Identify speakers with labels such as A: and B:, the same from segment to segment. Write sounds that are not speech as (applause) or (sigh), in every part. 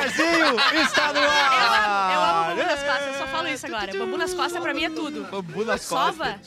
A: Brasil está no
B: Eu amo, eu
A: ar!
B: amo bambu nas costas, eu só falo isso agora. Bambu nas costas pra mim é tudo.
A: Bambu nas costas.
B: Sova?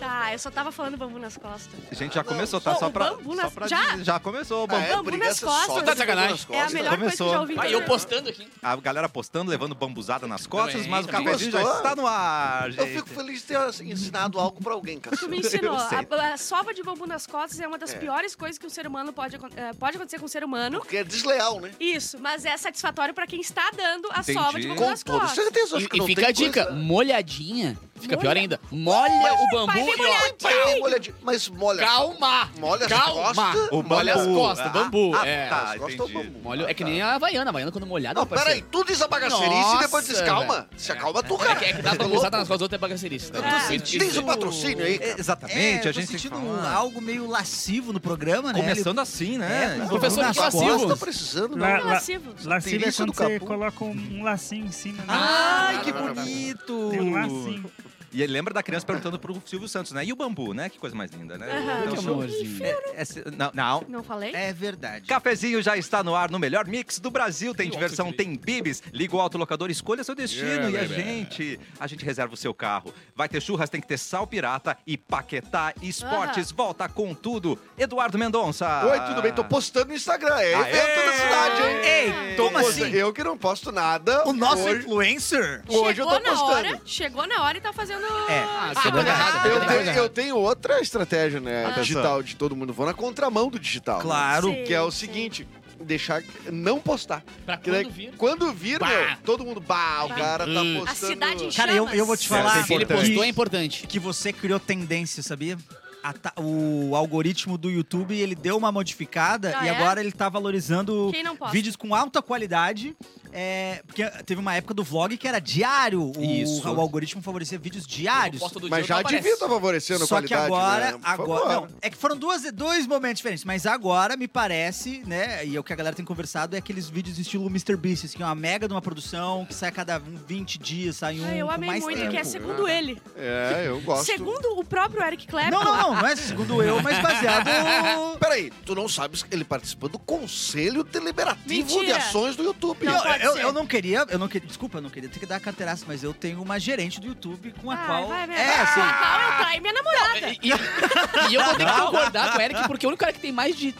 B: Tá, eu só tava falando bambu nas costas.
A: A gente já começou, tá?
B: Pô,
A: Só
B: o
A: pra.
B: bambu
A: só
B: nas-
A: pra
B: já? É.
A: dizer- Já começou o bambu.
B: bambu nas costas.
C: Tá de sacanagem.
B: É a melhor coisa que eu
A: Começou.
B: já ouvi.
D: Vai, eu postando aqui.
A: A galera postando, levando bambuzada nas costas,
D: Também,
A: mas o
D: também.
A: cafezinho já
C: Gostou?
A: está no ar,
C: Eu
A: gente.
C: fico feliz de ter assim, ensinado algo pra alguém, cara.
B: Tu me ensinou.
A: Eu sei.
B: A, a sova de bambu nas costas é uma das
C: É.
B: piores coisas que um ser humano pode, acon- eh, pode acontecer com um ser humano.
C: Porque é desleal, né?
B: Isso, mas é satisfatório pra quem está dando a
A: Entendi.
B: sova de bambu
C: Com
B: nas
C: toda
B: costas.
C: certeza. acho que
D: E, e
C: não
D: fica
C: tem
D: a dica,
C: coisa-
D: molhadinha. Fica
B: Molha-
D: pior ainda. Molha o bambu
B: vai bem
D: e
B: molhadinho.
D: ó,
C: Vai, molhadinho. Mas molha.
D: calma.
C: Molha as
D: calma.
C: costas.
A: O
D: molha as
A: bambu.
D: costas,
A: Ah,
D: bambu.
A: ah,
D: é.
A: tá.
C: As costas ou
A: entendi.
C: bambu?
D: Molha, Ah, é que nem a Havaiana, a Havaiana quando molhada,
C: Tá. Não,
D: parceiro.
C: peraí, tu diz a bagacerice e depois diz
D: Nossa,
C: calma.
D: velho.
C: Se acalma tu,
D: É
C: cara.
D: que, é que dá
C: Tá
D: pra
C: louco? Tá
D: usar nas costas, outra é bagaceirista.
B: Eu tô
D: É.
B: sentindo-
C: Diz o patrocínio aí, cara.
A: Exatamente,
E: é,
A: a gente
E: tô
A: tem que
E: sentindo
A: falar.
E: algo meio lascivo no programa, né?
A: Começando assim, né?
E: É,
D: Professor,
E: Nas
D: que vacilo.
C: Nós
E: costas.
C: tá precisando,
B: É
F: Lá-
C: não.
F: lá-
B: lascivo.
F: Lacinho
C: Tem
F: é
C: isso no
F: quando você
C: capô?
F: coloca um um lacinho em cima. né?
E: Ai, que
C: Caramba.
E: bonito!
F: Tem um lacinho.
A: E ele lembra da criança perguntando pro Silvio Santos, né? E o bambu, né? Que coisa mais linda, né?
B: Aham.
A: Então,
D: Que amorzinho.
A: é- é se- não, não.
B: Não falei?
E: É verdade.
A: Cafezinho já está no ar no melhor mix do Brasil. Tem
D: Que
A: diversão,
D: ótimo,
A: tem bibis. Liga o autolocador, escolha seu destino.
D: Yeah,
A: e a
D: baby.
A: gente, a gente reserva o seu carro. Vai ter churras, tem que ter sal pirata e Paquetá Esportes. Volta com tudo. Eduardo Mendonça.
C: Oi, tudo bem? Tô postando no Instagram. É
A: Aê!
C: evento da cidade, hein?
B: É.
E: Ei,
C: Tô
E: como
C: postando-
E: assim?
C: Eu que não posto nada.
E: O nosso
C: hoje,
E: influencer?
C: hoje eu
B: chegou
C: tô
B: na
C: postando.
B: hora, chegou na hora e tá fazendo...
E: É.
D: Ah,
B: Ah,
C: Tá
D: você manda errado.
C: Eu
D: você manda
C: tenho,
D: errado.
C: eu tenho outra estratégia, né?
B: Ah.
C: Digital de todo mundo. Vou na contramão do digital. né?
E: Claro.
B: Sim.
C: Que é o seguinte. Deixar não postar.
D: Pra
C: Que daí,
D: quando vir...
C: quando vir,
D: Bah.
C: meu, todo mundo, bah, o cara tá
D: Hum.
C: postando.
B: A cidade em
E: Cara, eu, eu vou te
A: Chamas.
E: falar
A: Essa
D: Se
A: é
D: ele
A: importante.
D: postou, é importante.
E: que você criou tendência, sabia? A ta- o algoritmo do YouTube, ele deu uma modificada
B: Ah,
E: e
B: é?
E: agora ele tá valorizando
B: Quem não posta?
E: vídeos com alta qualidade. é, porque teve uma época do vlog que era diário. O,
A: Isso.
E: o algoritmo favorecia vídeos
D: Eu
E: diários.
D: posto do
C: Mas
D: dia,
C: já
D: não
C: devia estar
D: aparece.
C: favorecendo a
E: Só que
C: qualidade.
E: agora,
C: né? Por
E: agora
C: favor.
E: não, é que foram duas, dois momentos diferentes, mas agora me parece, né, e é o que a galera tem conversado, é aqueles vídeos estilo Mr. Beast, assim, que é uma mega de uma produção, que sai a cada um 20 dias, sai um
B: Ah, eu
E: com
B: amei
E: mais
B: muito,
E: tempo.
B: que é segundo ele.
C: É, eu gosto.
B: Segundo o próprio Eric Clapton...
E: Não, não, não, não é segundo eu, mas
B: (laughs)
E: baseado no-
C: Peraí, tu não sabes que ele participa do Conselho Deliberativo de
B: Mentira.
C: Ações do YouTube.
B: Não,
E: Eu-
B: pode
E: eu,
B: ser.
E: eu não queria, eu não queria, desculpa, eu não queria ter que dar carteiraço, mas eu tenho uma gerente do YouTube com a
B: Ah,
E: qual
B: vai Ah! ver.
E: é
B: Com
E: assim,
B: a qual eu traí minha namorada.
D: E, e- e eu
C: (laughs)
D: vou ter que concordar com o Eric, porque o único cara que tem mais de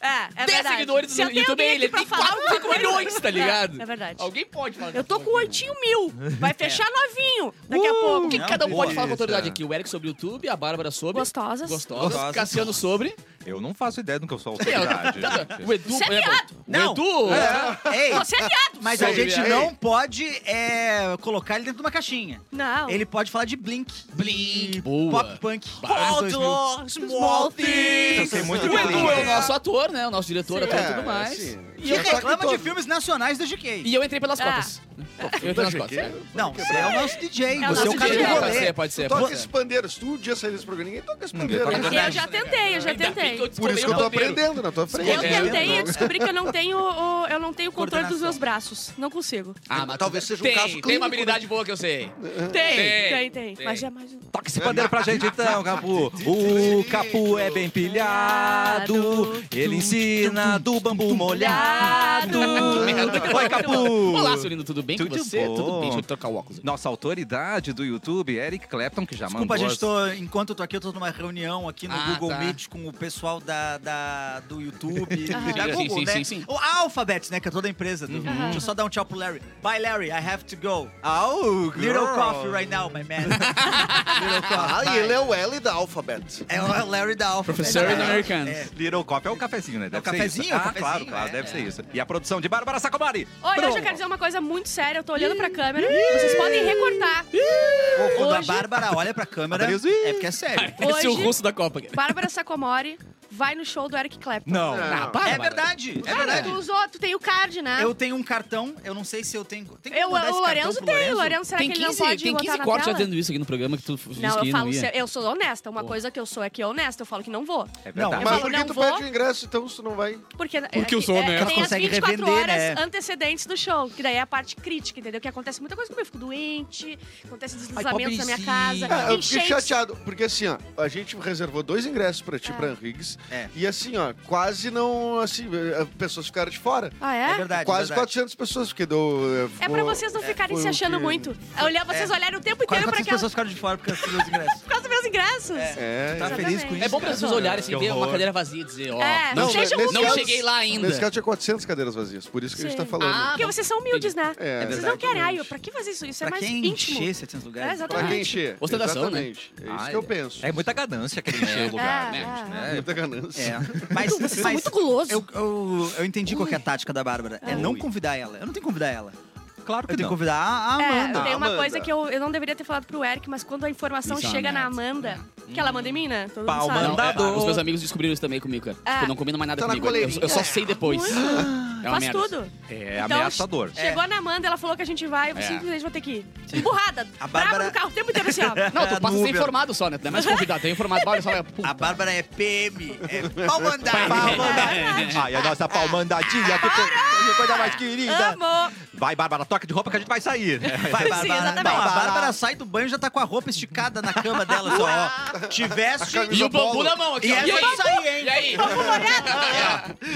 B: É, é
D: 10
B: verdade.
D: seguidores
B: Se eu
D: no
B: tenho
D: YouTube
B: alguém
D: é ele.
B: aqui
D: Ele
B: pra
D: tem
B: falar,
D: 4, 5 milhões, tá ligado?
B: É verdade.
D: Alguém pode falar.
B: Eu tô com 8 mil. Vai fechar novinho daqui a
D: Uh,
B: pouco.
D: O que que cada um pode falar com
A: Isso.
D: autoridade aqui? O Eric sobre o YouTube, a Bárbara sobre.
B: Gostosas.
D: Gostosas.
A: Gostosas.
D: Cassiano sobre.
A: Eu não faço ideia do que eu sou
D: É,
A: autoridade.
C: (laughs) Tá.
A: gente.
D: O Edu.
B: Você é
D: né,
B: viado.
D: bom,
E: Não.
D: O Edu.
E: ei,
B: Você é viado.
E: mas a
D: Sei,
E: gente
C: ei.
E: não pode é, colocar ele dentro de uma caixinha.
B: Não.
E: Ele pode falar de Blink.
D: Blink,
E: E
D: boa.
E: Pop Punk.
D: Bah.
E: Cold, Small
A: Eu sei muito
D: O
A: de
D: Edu é o
A: Blink.
D: nosso ator, né? O nosso diretor,
B: Sim.
D: ator e
C: É,
D: tudo mais.
C: assim,
E: E
D: tá
C: eu
E: reclama
C: tô-
E: de filmes nacionais da GK.
D: E eu entrei pelas
B: Ah.
D: cotas. Eu entrei pelas cotas. é.
E: Não, você é o nosso DJ.
B: É o
E: você é
B: nosso
E: o cara
B: DJ,
E: do
D: pode
E: rolê.
D: ser, pode ser.
C: Toca esse pandeiro. Se tu um dia sair desse programa, ninguém toca esse
A: Ninguém
C: pandeiro.
A: toca esse
C: né?
B: Eu já tentei, eu já
D: Ainda bem
B: tentei.
D: que eu
C: Por
D: descobri
C: isso que eu
D: o
C: tô
D: pandeiro.
C: aprendendo na tua frente.
B: Eu
D: É,
B: tentei
E: não.
B: e descobri que eu não tenho o, eu não tenho o controle dos
E: Coordenação.
B: meus braços. Não consigo.
D: Ah, mas
C: Talvez seja um
D: tem,
C: caso
D: Tem
C: clínico,
D: uma habilidade boa que eu sei.
B: Tem,
D: Tem,
B: tem, tem.
D: tem.
B: Mas é mais um.
A: Toca esse pandeiro pra gente então, Capu. O Capu é bem pilhado, ele ensina do bambu molhado. Oi, Capu.
D: Olá, Sorino, tudo bem
A: Tudo
D: com você?
A: bom.
D: Tudo bem, deixa eu trocar o óculos. aqui.
A: Nossa autoridade do YouTube, Eric Clapton, que já
E: Desculpa,
A: mandou.
E: gente, tô, enquanto eu tô aqui, eu tô numa reunião aqui no
D: Ah,
E: Google
D: tá.
E: Meet com o pessoal da, da- do
D: (laughs)
E: YouTube.
B: Aham.
E: da
D: Sim,
E: Google,
D: sim,
E: né?
D: sim, Uhum. sim.
E: O Alphabet, né? Que é toda a empresa. do- Deixa eu só dar um tchau pro Larry. Bye, Larry, I have to go.
A: Oh,
E: Little coffee right now,
D: (laughs)
E: my man. Little
C: Ah,
E: coffee.
C: e ele é o L da Alphabet.
E: É o Larry da Alphabet.
D: Professor
E: É.
D: Americans.
E: É.
A: Little Coffee é o cafezinho, né? Deve ser
E: cafezinho,
A: isso.
E: é o
A: ah,
E: cafezinho,
A: claro, claro,
E: é.
A: deve ser isso. E a produção de Bárbara Sacomari.
B: Olha, hoje eu quero dizer uma coisa muito séria. Eu tô olhando pra câmera. Vocês podem recortar.
E: Quando a
B: Hoje-
E: Bárbara olha pra câmera,
A: Adriano,
E: é porque é sério.
D: Esse é o
B: Hoje-
D: russo da Copa. cara.
B: Bárbara Sacomori vai no show do Eric Clapton.
A: Não.
D: Ah, para, Bárbara.
E: É verdade, é
B: Cara,
E: verdade.
B: tu usou, tu tem o card, né?
E: Eu tenho um cartão, eu não sei se eu tenho. Tem como
B: Eu,
E: mandar esse
B: o Lorenzo
E: cartão pro
B: tem, o Lorenzo, será
D: Tem
B: que ele não
D: 15,
B: pode
D: tem
B: botar
D: 15
B: na
D: cortes já
B: tela?
D: dizendo isso aqui no programa que tu disse
B: Não,
D: que
B: eu
D: não
B: falo,
D: ia.
B: sé- eu sou honesta. Uma coisa que eu sou é que eu honesta, eu falo que não vou.
A: É
E: Não,
A: verdade.
C: Mas
B: falo,
C: por que
B: não
C: tu
B: vou.
C: pede o ingresso, então, se não vai?
B: Porque, é
D: Porque eu sou honesta.
B: Tem as
E: Consegue
B: 24
E: revender,
B: horas
E: né?
B: antecedentes do show, que daí é a parte crítica, entendeu? Que acontece muita coisa comigo. Eu fico doente, acontece deslizamentos na minha casa,
C: Ah, eu fiquei
B: enchentes.
C: chateado, porque assim, ó, a gente reservou dois ingressos pra ti, pra Henrigues, atrás.
E: É.
C: E assim, ó, quase não. Assim, eh, pessoas ficaram de fora.
B: Ah,
E: É
B: é?
E: verdade.
C: quase
E: verdade.
C: 400 pessoas, porque deu. eh,
B: É pra
C: o-
B: vocês não ficarem
C: foi
B: se
C: o
B: achando
C: que-
B: muito. É olhar, vocês olharem o tempo inteiro
E: Quase
B: pra
E: 400
B: aquela...
E: pessoas ficaram de fora porque conseguiram
B: (laughs)
E: os ingressos.
B: Por causa dos meus ingressos.
E: É.
C: É.
E: Tá feliz com isso?
D: É bom pra vocês olharem assim,
A: Que
D: ver uma
A: horror.
D: cadeira vazia e dizer, ó.
B: É,
D: Não,
B: não sejam
C: nesse
D: não
C: caso-
D: cheguei lá ainda.
C: Nesse caso tinha 400 cadeiras vazias, por isso que a gente
B: Sim.
C: tá falando.
D: Ah,
B: Porque vocês são humildes, né?
C: É,
B: vocês
C: verdade,
B: não querem. Ai,
C: humilde.
B: pra que fazer isso? Isso é
E: Pra
B: mais
E: quem
B: íntimo.
E: encher 700 lugares.
B: É,
C: pra
B: exatamente.
C: quem encher.
D: Ostentação, né?
C: Exatamente. É isso
D: Ah,
C: que eu
D: é.
C: penso.
A: É muita ganância aquele encher o lugar, né?
B: É, é.
A: né?
C: Muita ganância.
B: (laughs)
E: É. Mas,
D: Vocês são
E: mas
D: muito gulosos.
E: eu, eu, eu entendi qual que é a tática da Bárbara. É não
C: Ui.
E: convidar ela. Eu não tenho que convidar ela.
A: Claro
E: Eu
A: que
E: tenho que
A: não.
E: convidar a a
B: É,
E: Amanda.
B: tem uma
C: Amanda.
B: coisa que eu, eu não deveria ter falado pro Eric, mas quando a informação
D: Isso é uma
B: chega na
D: merda.
B: Amanda, que ela manda em mim, né? Todo mundo
A: Palma
B: sabe.
D: Não, é,
A: Mandador.
D: os meus amigos descobriram isso também comigo, cara.
B: É.
D: Tipo, não combina mais nada
C: Tá na
D: comigo. Eu, eu só
C: coleirinha.
D: sei depois.
B: Muito.
D: É uma
B: Faz
D: merda.
B: tudo.
A: É
B: Então,
A: ameaçador. (laughs)
B: Chegou na Amanda, ela falou que a gente vai, eu
D: É.
B: simplesmente vou ter que ir. Empurrada,
E: A
B: brava
E: Bárbara-
B: no carro o tempo inteiro assim, ó.
D: (laughs) Não,
E: É,
D: tu passa a
E: no
D: ser
E: Uber.
D: informado só, né? Tu não é mais convidado, tu é informado. Olha só, é,
E: A
D: puta.
E: Bárbara é PM, é pau mandar.
B: É.
A: Palmandadinha. Ai, a nossa palmandadinha. Que, coisa- que coisa mais querida.
B: Amor!
A: Vai, Bárbara, toca de roupa que a gente vai sair.
E: Vai,
B: Sim,
E: Bárbara.
B: exatamente.
E: Não, a Bárbara sai do banho e já tá com a roupa esticada na cama dela, só, ó. Tiveste.
D: E o bambu na mão aqui,
E: E
D: ó.
E: essa
D: E
E: é
D: aí?
E: isso aí, hein?
D: E aí?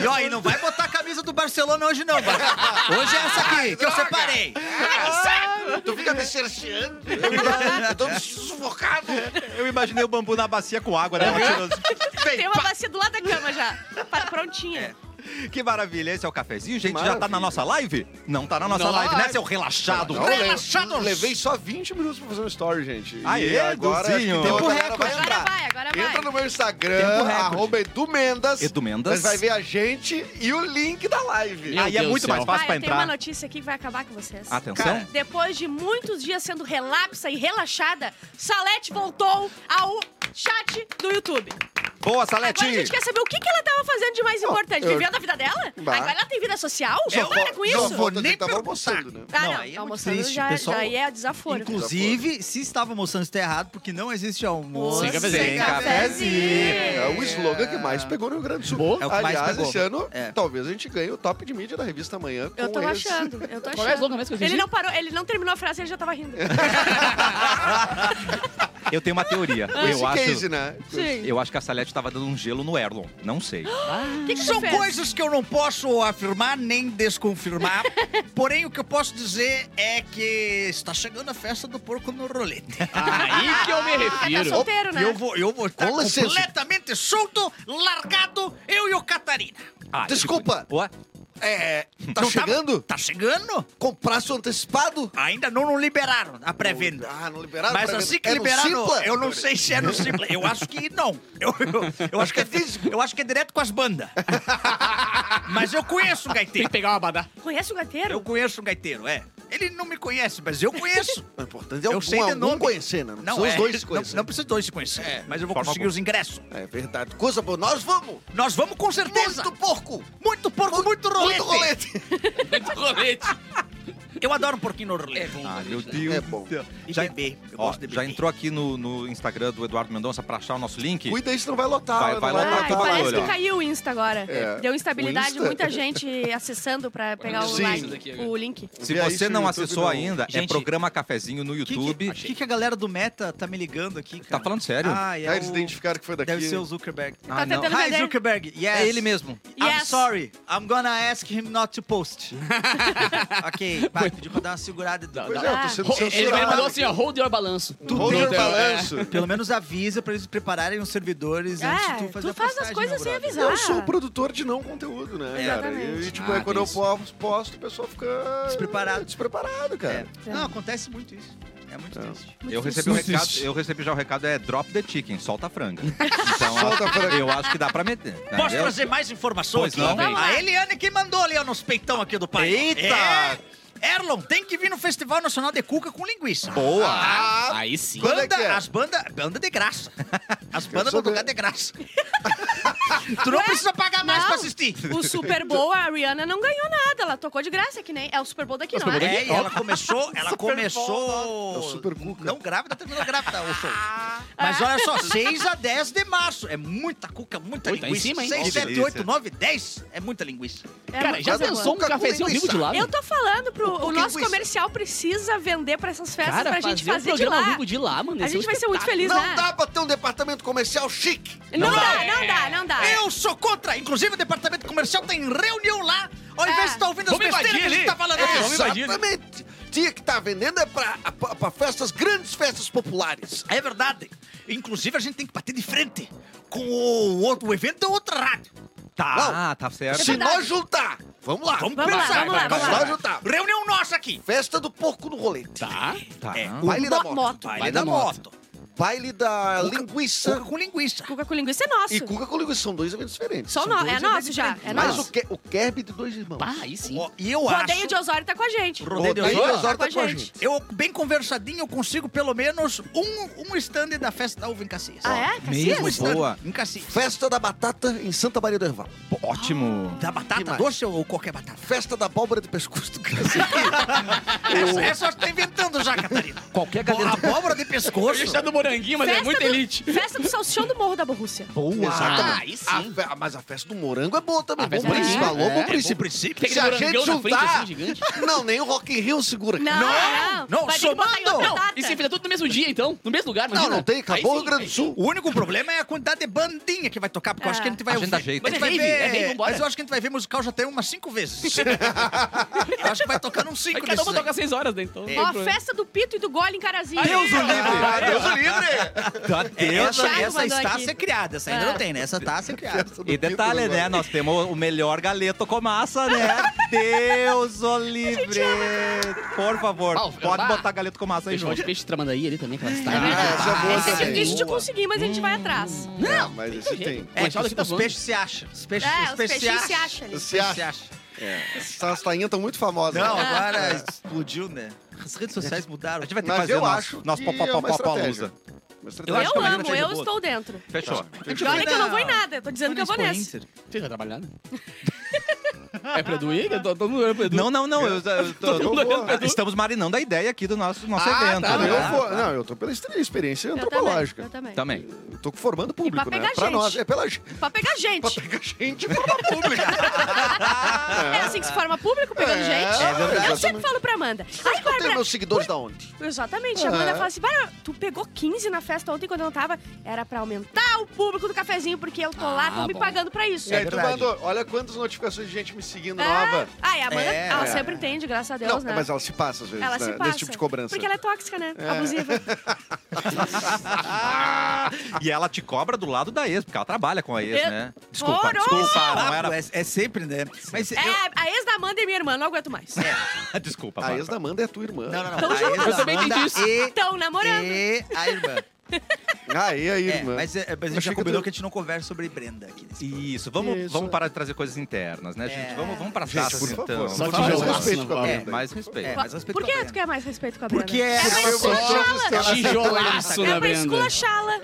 E: E ó, e não vai botar a camisa do Barcelona hoje, (laughs) não, Bárbara. Hoje é essa aqui, que eu separei.
C: Tu fica me cerceando. Eu tô me sufocado.
A: Eu imaginei o bambu na bacia com água, né?
B: Uhum.
A: Ela tirou- Vem,
B: Tem uma
A: pá.
B: bacia do lado da cama já. Tá Prontinha.
A: Que maravilha, esse é o cafezinho, gente. Já tá
C: Maravilha.
A: na nossa live? Não tá na nossa
D: Não,
A: live,
D: live.
A: né, seu relaxado?
C: Não, le- levei só 20 minutos pra fazer um story, gente.
E: Ah,
A: Aê,
C: e
E: é?
C: agora acho que
A: Duzinho.
C: tem uma
A: Tempo
C: galera vai
B: Agora
C: entrar.
B: vai, agora vai.
C: Entra no meu
A: Tempo
C: Instagram,
A: recorde.
C: arroba edumendas.
A: Edu Mendas.
C: Mas vai ver a gente e o link da live.
B: Ah,
D: Meu
A: Aí é
D: Deus
A: muito
D: do
A: mais
D: céu.
A: fácil
B: Vai,
A: pra
B: eu tenho uma
A: entrar.
B: notícia aqui que vai acabar com vocês.
E: Ah, tá.
A: Atenção.
C: Cara,
B: Depois de muitos dias sendo relapsa e relaxada, Salete voltou ao chat do YouTube.
A: Boa,
B: Agora a
A: Salete!
B: gente quer saber o que, que ela tava fazendo de mais importante.
C: eu-
B: Vivendo a vida dela?
C: Bah.
B: Agora ela tem vida social?
C: Só
B: Para
C: fal-
B: com
C: só
B: isso!
C: falta dizer
E: nem
C: que tava
E: perguntar.
C: almoçando, né?
B: Ah,
E: Não,
B: não.
E: aí é muito
B: almoçando
E: triste,
B: já,
E: pessoal.
B: já aí é desaforo.
E: Inclusive, se estava almoçando, está errado, porque não existe almoço
D: Sem cafezinho.
A: Sem cafezinho.
C: É o slogan que mais pegou no Rio Grande do Sul.
E: É o que mais
C: Aliás,
E: pegou.
C: esse ano,
E: É.
C: talvez a gente ganhe o top de mídia da revista amanhã. Com
B: Eu tô
C: esse.
B: achando, eu tô achando.
D: Qual é o slogan mesmo que eu
B: ele
D: disse?
B: não parou, ele não terminou a frase, ele já tava rindo.
A: Eu tenho uma teoria.
C: Esse
A: eu, acho,
C: case, né?
B: Sim.
A: eu acho que a Salete tava dando um gelo no Erlon. Não sei.
B: O que, que
E: São
B: tu fez?
E: coisas que eu não posso afirmar nem desconfirmar. porém, o que eu posso dizer é que está chegando a festa do porco no rolete.
D: Aí que eu me
B: Tá
D: refiro.
B: solteiro, né?
E: E eu vou, eu vou estar
C: Com licença.
E: completamente solto, largado, eu e o Catarina. Tá
A: Ah,
C: Desculpa.
A: tipo- Ué?
C: É, tá
E: Não tava-
C: chegando?
E: Tá chegando?
C: Comprasse o antecipado?
E: Ainda não, não liberaram a pré-venda.
C: Ah, não liberaram?
E: Mas
C: pra-
E: assim que
C: é no
E: liberaram,
C: Simpla?
E: eu não sei se é no Simpla. Eu acho que não. Eu, eu- eu acho, que é, eu acho que é direto com as bandas.
C: (laughs)
E: Mas eu conheço um
D: Tem
E: gaiteiro.
D: que pegar uma badá.
B: Conhece o gateiro?
E: Eu conheço um gaiteiro, é. Ele não me conhece, mas eu conheço.
C: O importante é
E: Eu
C: um,
E: sei
C: um,
E: de
C: um
E: nome.
C: conhecer, né? Não,
E: Não,
C: são
E: é.
C: os dois se É.
E: não,
C: conhecer.
E: não precisa dois se conhecer. Mas eu vou
A: Forma
E: conseguir
A: alguma.
E: os ingressos.
C: É verdade. Coisa boa. Nós vamos.
E: Nós vamos com certeza.
C: Muito porco.
E: Muito porco, muito rolete.
C: Muito rolete.
D: Muito rolete.
E: Eu adoro um porquinho no rolete.
A: Ah, meu Deus.
C: É bom.
A: do céu.
E: E
A: Já,
E: beber. Eu
A: ó,
E: gosto de
A: já
E: beber.
A: entrou aqui no, no Instagram do Eduardo Mendonça pra achar o nosso link?
C: Cuida aí, senão vai lotar.
A: Vai-
C: né?
A: vai
C: Não
A: lotar
B: Ai,
A: tá
B: parece
A: valendo,
B: que
A: ó.
B: caiu o Insta agora.
C: É.
B: Deu instabilidade,
C: O Insta-
B: muita gente acessando pra pegar o,
C: Sim.
B: like, o link.
A: Se
C: Vê aí se
A: você
C: no
A: não
C: YouTube
A: acessou
C: não-
A: ainda, é
D: Gente,
A: programa Cafezinho no
E: Que
A: YouTube.
E: Que, que, que a galera do Meta tá me ligando aqui, cara?
A: Tá falando sério?
E: Ah, é
C: Ah, eles
E: o-
C: identificaram que foi daqui.
E: Deve ser o Zuckerberg.
A: Ah, não.
B: Tá tentando-
E: Hi,
B: Hi,
E: Zuckerberg. Yes.
A: É ele mesmo.
E: I'm
B: Yes.
E: sorry. I'm gonna ask him not to post. ok, vai, pediu pra dar uma segurada. Edu.
C: Pois é,
B: Ah.
C: eu tô sendo
D: Ele
C: censurado.
D: me mandou assim, ó, hold your balanço.
C: Hold your balanço.
E: Pelo menos avisa pra eles prepararem os servidores antes de
B: É,
E: tu fazer
B: tu
E: a
B: faz as
E: postagem,
B: coisas
E: meu
B: sem
E: brother.
B: avisar.
C: Eu sou o produtor de não conteúdo, né, cara?
B: Exatamente.
C: E, tipo,
D: Ah,
C: é quando
D: tem
C: eu
D: isso.
C: po- posto, o pessoal fica...
E: Despreparado.
C: Despreparado, cara.
E: É. Não, acontece muito isso. É muito triste.
A: Eu recebi, um recado, eu recebi já o recado, é drop the chicken, solta a franga. Então,
C: Solta a franga.
A: eu acho que dá pra meter. né?
E: Posso
A: Eu-
E: trazer mais
A: Pois
E: informações?
A: não,
B: vem.
E: a Eliane que mandou ali ó, nos peitão aqui do pai.
A: Eita!
E: É. Erlon, tem que vir no Festival Nacional de Cuca com linguiça.
A: Boa!
C: Ah,
D: Aí sim.
C: Quando é
E: Banda,
C: que é?
E: as bandas, banda de graça. As bandas vão
C: saber.
E: tocar de graça. tu não precisa pagar mais
B: Não.
E: pra assistir.
B: O Super Bowl, a Rihanna não ganhou nada. Ela tocou de graça, que nem. É o Super Bowl daqui, não é?
E: É, e
B: (laughs)
E: ela começou, ela começou.
C: É o Super Cuca.
E: Não grávida, terminou grávida o show.
B: Ah.
E: Mas olha
B: (laughs)
E: só, 6 a 10 de março. É muita cuca, muita
D: Ui, tá em
E: linguiça.
D: cima, hein?
E: 6,
A: Que
E: 7,
A: delícia.
E: 8, 9, 10. É muita linguiça.
B: É
D: Cara,
B: muito
D: já
B: boa.
D: pensou um
C: Nunca
D: cafezinho ao vivo de
C: conversar.
D: lado?
B: Eu tô falando pro o,
C: pouquinho
B: nosso
C: com isso.
B: comercial precisa vender pra essas festas
D: Cara,
B: pra gente
D: fazer
B: fazer
D: um
B: de
D: programa ao
B: lá.
D: vivo de lá, mano.
B: A
D: esse é um
B: gente vai ser muito
D: espetáculo.
B: feliz, né?
C: Não dá pra ter um departamento comercial chique.
B: Não, dá, não dá, não dá.
E: Eu sou contra! Inclusive, o departamento comercial tem reunião lá, ao
B: É.
E: invés de estar ouvindo as
A: Vamos
E: besteiras que
A: invadir
E: a gente
A: ali.
E: tá falando aqui.
A: vamos invadir.
C: Exatamente. Tinha que estar
E: tá
C: vendendo é pra, pra- pra festas, grandes festas populares.
E: É verdade. Inclusive, a gente tem que bater de frente com o, outro, o evento da outra rádio.
A: Tá, tá
E: É
A: certo.
C: Se
B: É verdade.
C: nós juntar, vamos lá.
E: Vamos,
B: Vamos lá,
E: pensar.
B: vamos lá,
C: vamos
E: Nós
C: lá.
E: juntar. Reunião nossa aqui.
C: Festa do porco no rolete.
D: Tá.
A: Tá.
E: É.
A: Ah,
C: Baile da
B: Mo-
C: moto.
B: moto.
E: Baile
C: Baile
E: da
C: da
E: moto.
C: Baile da
E: Cuca
C: linguiça.
E: com linguiça.
B: Cuca com linguiça é nosso.
C: E Cuca com linguiça. São dois eventos diferentes.
B: Só
C: São
B: no-
C: dois
B: é
C: eventos
B: nosso já,
C: diferentes.
B: é
C: Mas
B: nosso.
C: o, que, o Kerb de dois irmãos.
D: Bah, aí sim.
E: Ó, E eu
B: Rodeio
E: acho...
B: de Osório tá com a gente.
E: Rodeio de
C: Rodeio
E: Osório.
C: de Osório tá com a gente.
E: Eu, bem conversadinho, eu consigo pelo menos um, um stand da festa da uva em Cacias.
B: Ah, é?
A: Mesmo,
B: Cassias?
E: Stand
A: boa.
E: Em Cacias.
C: Festa da batata em Santa Maria do Herval.
A: Ótimo.
E: Da batata
C: Que mais?
E: doce ou qualquer batata?
C: Festa da abóbora de pescoço do Brasil.
E: (laughs) Essa, essa eu tô inventando já, Catarina.
A: Qualquer
E: Pô,
A: galera.
E: abóbora de
D: Eu
E: pescoço.
D: ia estar no Moranguinho, mas é
B: Festa
D: muito
B: do-
D: elite.
B: Festa do Salsichão do Morro da Borrússia.
D: Ah,
C: Exatamente.
D: aí sim.
C: A fe- mas a festa do morango é boa
A: Ah,
C: também.
D: A
C: Bom
D: festa do
C: princípio.
D: morango,
C: Alô,
D: é.
C: bom
D: É,
E: Esse
C: princípio.
E: princípio.
D: Tem
C: Se
D: aquele
C: a gente
D: morangão na frente,
C: juntar...
D: assim, gigante.
C: não, nem o Rock in Rio segura.
B: Não, não,
E: não,
B: Vai ter que botar em
E: somando.
B: outra
E: Não,
B: data.
D: E se fizer tudo no mesmo dia, então? No mesmo lugar,
C: Não,
D: imagina.
C: não tem. Acabou o Rio Grande do Sul.
E: O único problema é a quantidade de bandinha que vai tocar, porque eu acho que a gente vai
A: A gente dá
E: ouvir-
A: jeito.
E: a gente
D: Mas é
E: vai
D: rave,
E: ver-
D: é rave, vambora.
E: Mas eu acho que a gente vai ver musical já tem umas cinco vezes. eu acho que vai tocar uns
D: Aí
E: cinco
D: cada um vai
E: desses
D: tocar seis horas, né? Então,
C: É,
B: Ó, a festa do Pito e do Gole em Carazinho.
A: Deus o livre.
C: Ah, Deus o livre!
A: Tá,
E: aí.
A: Deus.
E: É, Essa,
B: Thiago
E: essa
B: mandou
E: está
B: aqui.
E: é criada, essa ainda
B: Ah.
E: não tem, né? Essa está é criada.
A: E detalhe, né? Nós temos o melhor galeto com massa, né? Deus, o livre! Por favor,
D: Ó,
A: pode
D: bah.
A: botar galeto com massa aí
D: Fechou
A: junto.
D: de peixe tramando aí ali também, aquela
C: Ah, essa é boa Hum.
B: Esse é
C: também.
B: difícil de conseguir, mas a gente vai atrás.
C: Não, mas esse tem.
E: É,
D: Coitado
E: os,
D: que tá
E: os
D: voando.
E: peixes se acham. Os peixes,
B: É,
E: os
B: os
E: peixes
B: peixinhos se acham ali.
C: Você
E: Se
C: acha?
E: acham.
C: Essas tainhas estão muito famosas.
E: Não,
C: Não,
E: agora explodiu, né? As redes sociais mudaram.
A: A gente vai ter que
C: Mas
A: fazer
C: eu
A: o nosso,
C: acho
A: nosso
C: que
A: pop pop
C: é uma
A: pop
C: estratégia.
A: Eu acho que
B: Eu
A: é uma
B: amo,
A: estratégia
B: eu
A: boa.
B: estou dentro.
A: Fechou.
B: E olha que eu não vou em nada, eu tô dizendo que eu vou
E: Expo
B: nessa.
E: Inter.
D: Você vai trabalhar, né? (laughs) É pra Edu ir? Eu tô- Todo mundo olhando pro Edu.
A: Não, não, não. eu- eu tô-
D: Todo mundo olhando pra Edu.
A: estamos marinando a ideia aqui do nosso, nosso
D: Ah,
A: evento.
D: tá,
A: né?
C: eu vou- não, eu tô pela estre- experiência
B: Eu
C: antropológica.
B: também, eu também.
A: Também.
C: Eu tô formando público,
B: pra
C: né?
B: pegar
C: Pra
B: gente.
C: nós, é pela gente.
B: Pra pegar
C: Pra
B: gente. (laughs)
C: pegar gente e formar público.
B: É assim que se forma público, pegando
C: É,
B: gente.
C: é verdade,
B: Eu sempre
C: exatamente.
B: falo pra Amanda. Ai,
C: Eu tenho
B: Bárbara,
C: meus seguidores da onde?
B: Exatamente.
C: É.
B: A Amanda fala assim: Bara, tu pegou 15 na festa ontem quando eu não tava. Era pra aumentar o público do cafezinho, porque eu tô lá,
D: Ah,
B: estão me
D: bom.
B: pagando pra isso.
C: e aí tu
E: verdade.
C: mandou, É, olha quantas notificações de gente me seguindo
B: É.
C: nova.
B: Ai, a Amanda,
E: É.
B: ela sempre entende, graças a Deus,
C: não,
B: né?
C: mas ela se passa às vezes,
B: Ela
C: né?
B: se passa.
C: Nesse tipo de cobrança.
B: Porque ela é tóxica, né? Abusiva.
A: E ela te cobra do lado da ex, porque ela trabalha com a ex,
B: Eu-
A: né? Desculpa,
B: Horror!
A: desculpa, não
E: Papo,
A: era.
E: é, é sempre, né? Mas eu...
B: É, a ex da Amanda e minha irmã, não aguento mais.
A: (laughs)
C: É.
A: Desculpa.
C: A ex da Amanda é tua irmã.
E: Não, não, não.
B: Tamo
E: A
B: junto.
E: ex
D: Eu também
E: Amanda
D: entendi isso.
E: E,
B: Estão namorando.
C: É,
E: e a irmã.
C: Aí, aí,
E: É,
C: (laughs) Ah, irmã. Tá,
E: mas, é, mas a gente
C: Achei
E: já
C: que
E: combinou
C: tu-
E: que a gente não conversa sobre Brenda aqui. nesse programa.
A: Isso, vamos,
C: Isso.
A: vamos parar de trazer coisas internas, né, gente?
E: É.
A: Vamos, vamos pra
C: Gente,
A: taças,
C: por favor.
A: então.
D: Só
C: Só
A: Vamos
D: tijolar,
C: mais respeito
D: não
C: com a
D: vai.
A: É,
C: Amanda.
A: mais respeito.
E: É, mas respeito
B: Por que
E: a
B: tu
E: Brenda.
B: quer mais respeito com a Bruna?
E: Porque é...
B: É uma esculachala.
D: Tijolaço
B: É
D: na
B: uma
D: né, Brenda.
B: esculachala.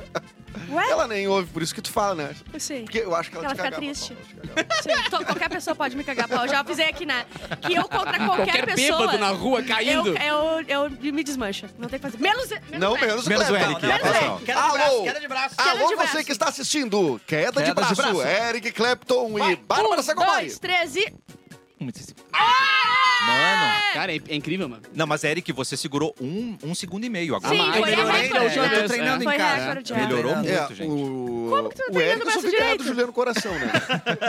B: Ué?
C: Ela nem ouve, por isso que tu fala, né?
B: Sim.
C: Porque eu acho que ela,
B: Ela
C: te
B: fica
C: cagava,
B: triste.
C: Paula, ela te cagava.
B: Sim, to- qualquer pessoa pode me cagar pau. Eu já avisei aqui na. Que eu contra qualquer,
D: Qualquer
B: pessoa.
D: bêbado na rua caindo.
C: é.
B: Eu, eu, eu me desmancha. Não tem o que fazer. Menos. menos
C: Não,
B: é.
C: menos o
A: Menos o
C: Kleber. né?
A: Eric,
E: Não, não,
B: Pera
A: atenção.
E: não. Queda de braço,
C: Alô.
E: queda de braço.
B: Queda de
C: Alô,
B: braço.
C: você que está assistindo. Queda, de,
A: Queda de
C: braço.
A: braço.
C: Eric Clapton e Bárbara
B: Um,
C: Sacomari.
B: dois, três e.
A: Hum, esse- Mano.
D: Cara, é, é incrível, mano. (laughs)
A: Não, mas Eric, você segurou um, um segundo e meio agora.
B: Sim,
D: mas
B: foi
D: melhorei,
B: recorde,
D: então, já
B: né?
D: tô treinando
B: Foi
E: em casa.
B: recorde, é.
A: Melhorou
E: É,
A: muito,
C: É,
A: gente.
C: o...
B: Como que tu tá
C: o
B: treinando
C: Eric
B: o
C: eu
B: braço
C: sou ficado
B: direito?
C: Juliano Coração, né?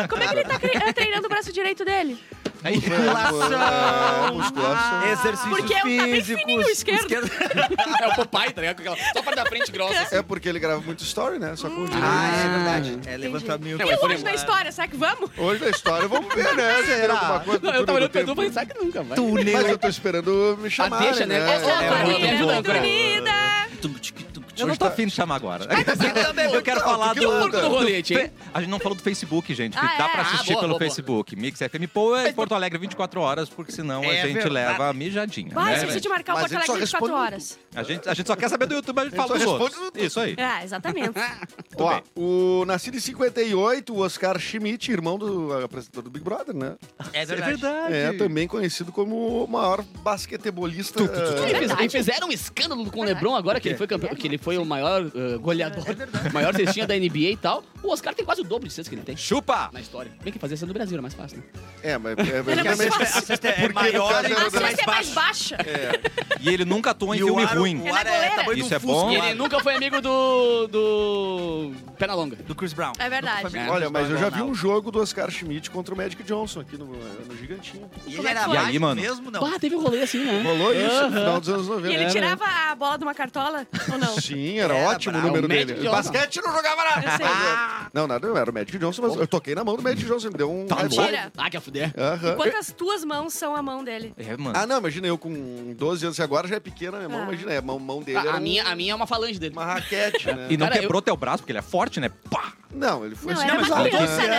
B: Como é que ele tá cre- eh, treinando o braço direito dele?
C: Musculação. Musculação.
E: Exercícios
B: Porque eu tá bem
E: físicos.
B: fininho o esquerdo.
D: É o Popeye, tá ligado? Com aquela- Só a parte da frente grossa, assim.
C: É porque ele grava muito story, né? Só com o
E: Ah, é
C: Juliano.
E: verdade. É, levanta mil.
D: É,
B: E hoje um na história, será que vamos?
C: Hoje na história, vamos ver, né? Se tem alguma coisa
D: Não,
C: no
D: eu tava olhando pro
C: túnel
D: Edu
C: do
D: e falei, sabe que nunca vai.
C: tempo. Mas eu tô esperando me chamar.
D: deixa, né?
B: Eu sou
D: É, é
B: a
D: muito
B: família
D: bom,
B: muito
D: cara.
B: unida.
A: Eu não tô afim de chamar agora.
D: também,
A: (laughs) Eu quero
C: Não,
A: falar
C: que
A: do...
C: louco.
D: do rolete, hein?
A: A gente não falou do Facebook, gente, que
B: Ah,
A: dá
B: é?
A: pra
D: Ah,
A: assistir
D: boa,
A: pelo
D: boa, boa.
A: Facebook. Mix FM Poa e Porto Alegre 24 horas, porque senão a
E: É
A: gente
E: verdade.
A: leva a mijadinha.
B: Vai,
A: né,
B: se você
A: gente?
B: te marcar o
C: Mas
B: Porto
C: ele só
B: Alegre 24
C: responde
B: horas.
A: a, gente, a gente só quer saber do YouTube, a gente
C: Ele
A: fala
C: só
A: dos outros.
C: responde no-
A: Isso aí.
B: Ah, exatamente.
C: Ó, o nascido em 58, o Oscar Schmidt, irmão do apresentador do Big Brother, né?
E: É
A: verdade.
C: É também conhecido como o maior basquetebolista. eh, É.
D: Eles fizeram um escândalo com o Lebron agora que ele foi campeão. Que ele foi o maior eh, goleador, o (laughs) maior cestinha da NBA e tal, o Oscar tem quase o dobro de cestas que ele tem.
A: Chupa!
D: Na história. Bem que fazer cesta no Brasil era mais fácil, né?
C: É, mas é,
B: (laughs) Ele é mais
C: justamente-
B: fácil.
C: porque
B: A
E: cesta é
C: no
E: maior,
C: caso
E: hein?
C: era
B: A
E: Mas
C: do-
B: cesta é mais
E: mais
B: baixa.
A: E ele nunca atua em
G: E o
A: filme
G: ar,
A: ruim.
B: É
G: o ar é
B: goleira.
G: tamanho
A: Isso
G: do
A: é
G: Fusca.
A: bom.
D: E ele nunca foi amigo do. do. Pernalonga.
E: Do Chris Brown.
B: É verdade.
D: É.
C: Olha, mas eu já vi
E: Ronaldo.
C: um jogo do Oscar Schmidt contra o Magic Johnson aqui no, no Gigantinho.
E: E
B: Como
E: ele
B: é que
E: era
B: foi?
A: E aí,
E: baixo
A: mano?
E: mesmo, não.
D: Ah, teve um rolê assim, né?
C: Rolou isso no
D: Aham.
C: final dos anos É, né? 90.
B: E ele
D: Era.
B: tirava a bola de uma cartola ou não?
C: Sim, era,
E: Era
C: ótimo
E: bravo.
C: É, o número
D: O Magic
C: dele.
D: Johnson.
C: Basquete não jogava nada.
B: Eu sei.
C: Não, nada, eu era o Magic Johnson, mas eu toquei na mão do Magic Johnson, me deu um...
A: Tá
C: headshot.
B: Mentira.
D: Ah, que a fuder.
C: Aham.
B: Quantas tuas mãos são a mão dele?
A: É, mano.
C: Ah, não, imagina, eu com 12 anos e agora já é pequena a minha mão,
B: Ah.
C: imagina, é, a mão, mão dele
D: A,
C: era
D: a
C: um-
D: minha, a minha é uma falange dele.
C: uma raquete, né?
A: E não
D: Cara,
A: quebrou teu braço, porque ele é forte, né? Pá!
C: Não, ele foi...
B: Não, era
C: mas
B: uma
C: alto,
B: criança,
C: né?
B: né?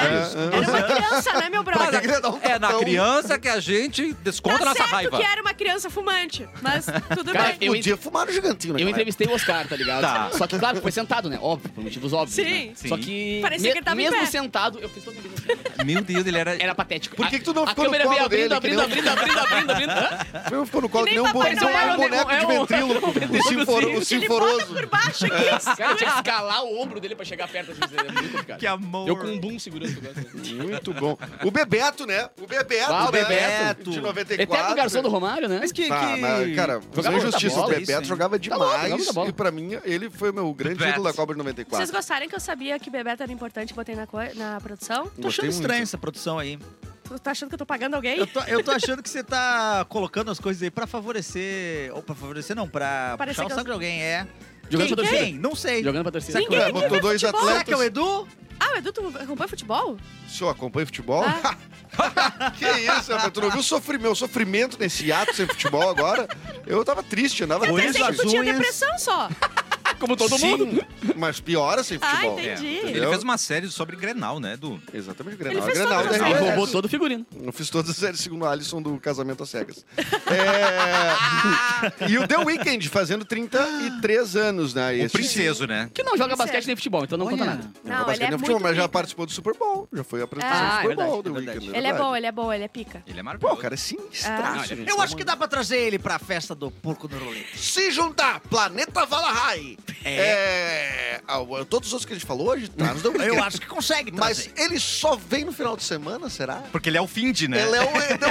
C: É,
B: Era uma criança, né, meu brother?
C: é. Dá um
A: É na
C: tapão.
A: criança que a gente desconta
B: tá
A: nossa
B: certo
A: raiva.
B: que era uma criança fumante, mas tudo
D: Cara,
B: bem.
D: eu
C: Podia fumar no gigantinho, né?
D: Eu entrevistei o Oscar, tá ligado?
A: Tá.
D: Só que, claro, que foi sentado, né? Óbvio, por motivos óbvios.
B: Sim.
D: né?
A: Sim.
D: Só que.
B: Parecia que ele tava em
D: mesmo
B: pé.
D: sentado, eu fiz todo mundo assim.
B: é-
A: Meu Deus, ele era. É,
D: Era patético.
C: Por que
D: A-
C: que tu não
D: a
C: ficou no
D: câmera veio
C: colo dele,
D: abrindo,
C: que
D: abrindo, abrindo, abrindo, abrindo, abrindo.
C: Eu ficou no colo
B: Que
C: que
B: nem
C: nem um
B: Papai
C: bonecão,
B: Noel,
C: é um boneco
D: é
C: de
D: um-
C: ventrilo,
D: é um
C: o sinforo- o
B: Ele bota por
C: sinforoso.
B: baixo aqui.
D: (laughs) O cara tinha que escalar o ombro dele pra chegar perto. Assim, é muito complicado.
E: Que amor.
D: Eu com um boom segurando o negócio.
C: Muito bom. O Bebeto, né? O Bebeto,
D: Ah, o
C: né?
E: Bebeto.
C: De 94.
D: Eterno garçom do Romário, né?
E: Mas que.
C: Tá,
E: que...
C: mas, cara,
D: Jogava
C: jogava
D: muita
C: injustiça.
D: bola,
C: o Bebeto
E: isso, hein?
C: jogava
D: louco, jogava
C: demais.
D: muita bola.
C: e pra mim, ele foi meu grande
A: Bebeto.
C: título da Copa de
B: Vocês
C: 94.
B: gostaram que eu sabia que Bebeto era importante e botei na, co- na produção?
E: Tô achando
C: Gostei
E: estranho
C: muito.
E: essa produção aí.
B: Tu tá achando que eu tô pagando alguém?
E: Eu tô, eu tô achando que você tá colocando as coisas aí pra favorecer. Ou pra favorecer, não, pra
B: Parecer
E: puxar
B: que
E: o
B: eu-
E: sangue de alguém, é.
D: Jogando
E: quem?
D: pra torcida.
E: Quem? Não sei.
D: Jogando pra torcida.
B: Ninguém
C: É,
B: aqui
C: botou
B: vê
C: dois
B: futebol. né,
E: Será que é o
C: atletas.
E: Edu?
B: Ah, o Edu, tu acompanha futebol?
C: Se eu acompanho futebol...
B: Ah.
C: (laughs) que isso, Bebeto? Tu não viu o sofrimento, meu sofrimento nesse ato sem futebol agora? Eu tava triste, andava
E: Eu
B: Eu
E: Pois
B: pensei que
E: as
B: tu tinha
E: unhas.
B: depressão só.
D: Como todo
C: Sim,
D: mundo.
C: mas piora sem
B: Ah,
C: futebol.
A: É.
B: entendi.
A: Ele fez uma série sobre Grenal, né, Edu?
D: um-
C: Exatamente, o Grenal.
B: Ele fez
C: Grenal,
B: todas as
C: né?
D: Ele
B: séries.
D: roubou todo o figurino.
C: Eu fiz todas as séries segundo o Alisson do Casamento às Cegas. É... (laughs) e o The Weeknd fazendo 33 anos, né?
A: O
C: Esse-
A: princeso, né?
D: Que não
B: Sério.
D: joga basquete nem futebol, então não conta
E: Olha.
D: nada.
B: Não,
C: Não, basquete
B: ele é
C: nem futebol,
B: muito
C: mas já
B: pica.
C: participou do Super Bowl. Já foi apresentador do
D: Ah, é
C: Super
D: verdade,
C: Bowl, The
E: é verdade.
C: Weeknd. né?
B: Ele é bom, ele é bom, ele é pica.
A: Ele é
C: Pô, o
A: maravilhoso.
C: cara é
B: Ah.
C: sinistro.
E: Eu acho que dá pra trazer ele pra festa do porco no rolê.
C: Se juntar Planeta Valahai, é... ah, todos os outros que a gente falou hoje, tá nos The Weeknd.
E: Eu acho que consegue
C: Mas
E: trazer.
C: ele só vem no final de semana, será?
A: Porque ele é o Find, né?
C: Ele é o The Weeknd.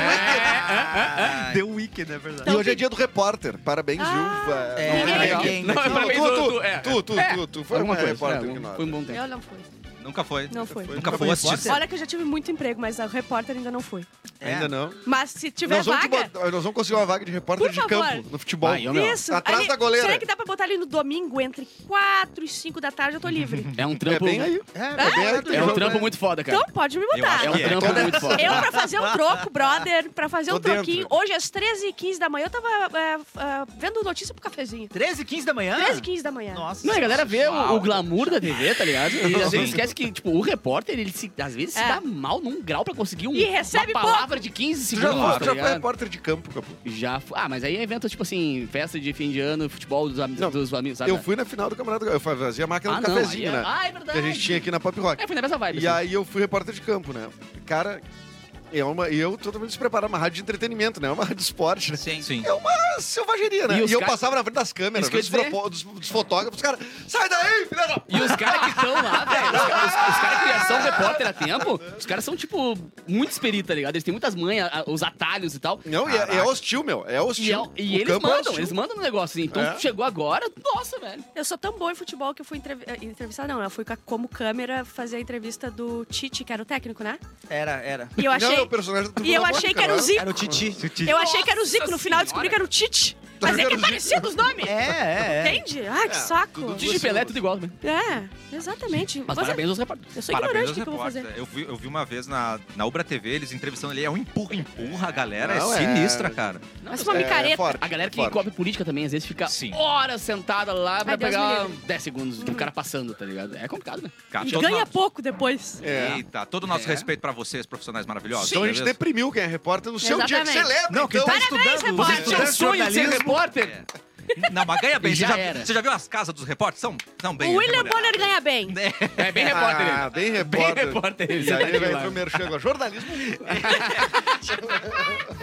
E: Ah,
A: The Wicked, é verdade.
C: E hoje é dia do repórter. Parabéns,
B: Ah.
C: Gilva.
E: É,
C: Não,
E: é
C: ninguém.
E: ninguém.
D: Não, é
C: Não,
D: parabéns,
C: tu,
D: tu,
C: tu,
D: tu, é.
C: tu, tu,
D: É.
C: tu, tu. Foi
D: Alguma
C: uma
D: coisa,
C: repórter
D: é,
C: que nós.
D: Foi um bom tempo.
B: Eu não fui.
A: Nunca foi.
B: Não fui.
A: Nunca
C: Nunca
A: foi
C: foi
A: assistir.
B: Olha que eu já tive muito emprego, mas a repórter ainda não fui.
E: É.
C: Ainda não.
B: Mas se tiver
C: Nós vamos, te
B: vaga...
C: botar- nós vamos conseguir uma vaga de repórter
B: Por
C: de
B: favor.
C: campo no futebol.
D: Vai, eu meu.
B: Isso.
C: Atrás
B: ali-
C: da goleira.
B: Será que dá pra botar ali no domingo, entre 4 e 5 da tarde, eu tô
C: (laughs)
B: livre?
D: É um
C: É
D: trampo.
C: bem aí.
E: É,
C: é bem aí.
D: É um
C: Jogo,
D: trampo
C: né?
D: muito foda, cara.
B: Então pode me
A: Eu acho
B: botar.
D: É um
A: que é.
D: trampo muito foda.
B: (laughs) Eu, pra fazer um troco, brother, pra fazer um
C: Tô dentro.
B: troquinho, hoje às 13h15 da manhã, eu tava é, é, vendo notícia pro cafezinho.
E: 13 15 da manhã?
B: 13h15 da manhã.
E: Ah. Nossa.
D: Não, a galera vê o, o glamour da TV, tá ligado? E
A: Sim.
D: às vezes esquece que, tipo, o repórter, ele se, às vezes
B: É.
D: se dá mal num grau pra conseguir um,
B: E recebe
D: uma palavra de 15
C: Tu
D: segundos,
C: já, foi- tu
D: tá
C: já foi
D: ligado?
C: repórter de campo, Capu.
D: Já fu- Ah, mas aí é evento, tipo assim, festa de fim de ano, futebol dos, amigos
C: Não,
D: dos amigos, sabe?
C: Eu fui na final do Campeonato Eu fazia a máquina
D: ah,
C: do
D: não,
C: cafezinho,
D: aí é-
C: né?
D: Ah, é
C: Que
D: verdade.
C: a gente tinha aqui na Pop Rock.
D: É, foi nessa vibe.
C: E
D: assim.
C: aí eu fui repórter de campo, né? Cara, é uma, e eu totalmente despreparado. Uma rádio de entretenimento, né? Uma rádio de esporte, né?
E: Sim.
A: Sim.
C: É uma selvageria, né?
D: E
C: E,
D: os
C: eu
D: ca-
C: passava na frente das câmeras,
D: Isso que eu
C: dos,
D: ia dizer.
C: propo- dos- dos fotógrafos, os caras. Sai daí, filha da.
D: E os caras que estão lá, velho, os, os, os caras que já são repórter a tempo, os caras são, tipo, muito esperitos, tá ligado? Eles têm muitas manhas, a- os atalhos e tal.
C: Não, e é, é hostil, meu. É
D: E, é-
C: hostil.
D: e
C: O
D: eles
C: campo é
D: mandam,
C: hostil.
D: eles mandam no negócio, assim. Então
C: É.
D: chegou agora, nossa, velho.
B: Eu sou tão boa em futebol que eu fui entrev- eh, entrevistar, não, eu fui ca- como câmera fazer a entrevista do Tite, que era o técnico, né?
E: Era, era.
B: E eu
C: Não,
B: achei,
C: é o personagem do
B: e eu
C: Turma da
B: achei
C: Mônica,
B: que era
D: um
B: o
C: né?
B: Zico.
E: Era o Titi.
B: Eu achei que era o Zico, no final
D: Nossa
B: eu descobri que era o Tite. Mas é
C: Era
B: que é
C: o Zico.
B: parecido os nomes.
E: É, é, é.
B: Entende? Ai, que
C: É,
B: saco.
C: tudo
D: Tite e Pelé, tudo igual, velho.
B: É, exatamente.
D: Mas
B: Você-
D: parabéns aos repórteres.
B: Eu sou ignorante, o que, que eu vou
A: repórteres.
B: fazer?
A: Eu, vi, eu vi uma vez na, na Ubra TV, eles entrevistando ele. É um empurra, empurra, a galera.
C: Não,
A: é
C: é-
A: sinistra, cara.
D: Não,
B: Mas
D: os
B: uma
D: caras-
C: É,
B: micareta.
C: forte,
D: A galera que
C: forte.
D: cobre política também, às vezes, fica
A: Sim.
D: horas sentada lá pra
B: Ai, Deus
D: pegar
B: me livre.
D: 10 segundos do cara passando, tá ligado? É complicado, né?
A: cara
B: E
A: todo
B: ganha
A: nosso-
B: pouco depois.
C: É.
A: Eita, todo o nosso
D: É.
A: respeito pra vocês, profissionais maravilhosos.
C: Então a gente
A: beleza?
C: deprimiu quem é repórter no seu dia que
B: Exatamente.
C: celebra.
E: Não, quem
C: então,
E: tá estudando, os
B: repórter.
E: estudantes de
D: sonho de ser
E: jornalismo,
D: repórter?
A: Não, mas ganha bem.
D: E já
A: você, já,
D: era.
A: você já viu as casas dos repórteres? São, são bem.
B: o William
A: remuneradas.
B: Bonner ganha bem.
D: É
E: (laughs)
D: bem repórter
C: Ah,
D: ele.
C: bem
D: Bem
C: repórter.
D: repórter ele.
C: E
D: Tá
C: aí vai
D: ligado?
C: pro merchan agora. Jornalismo.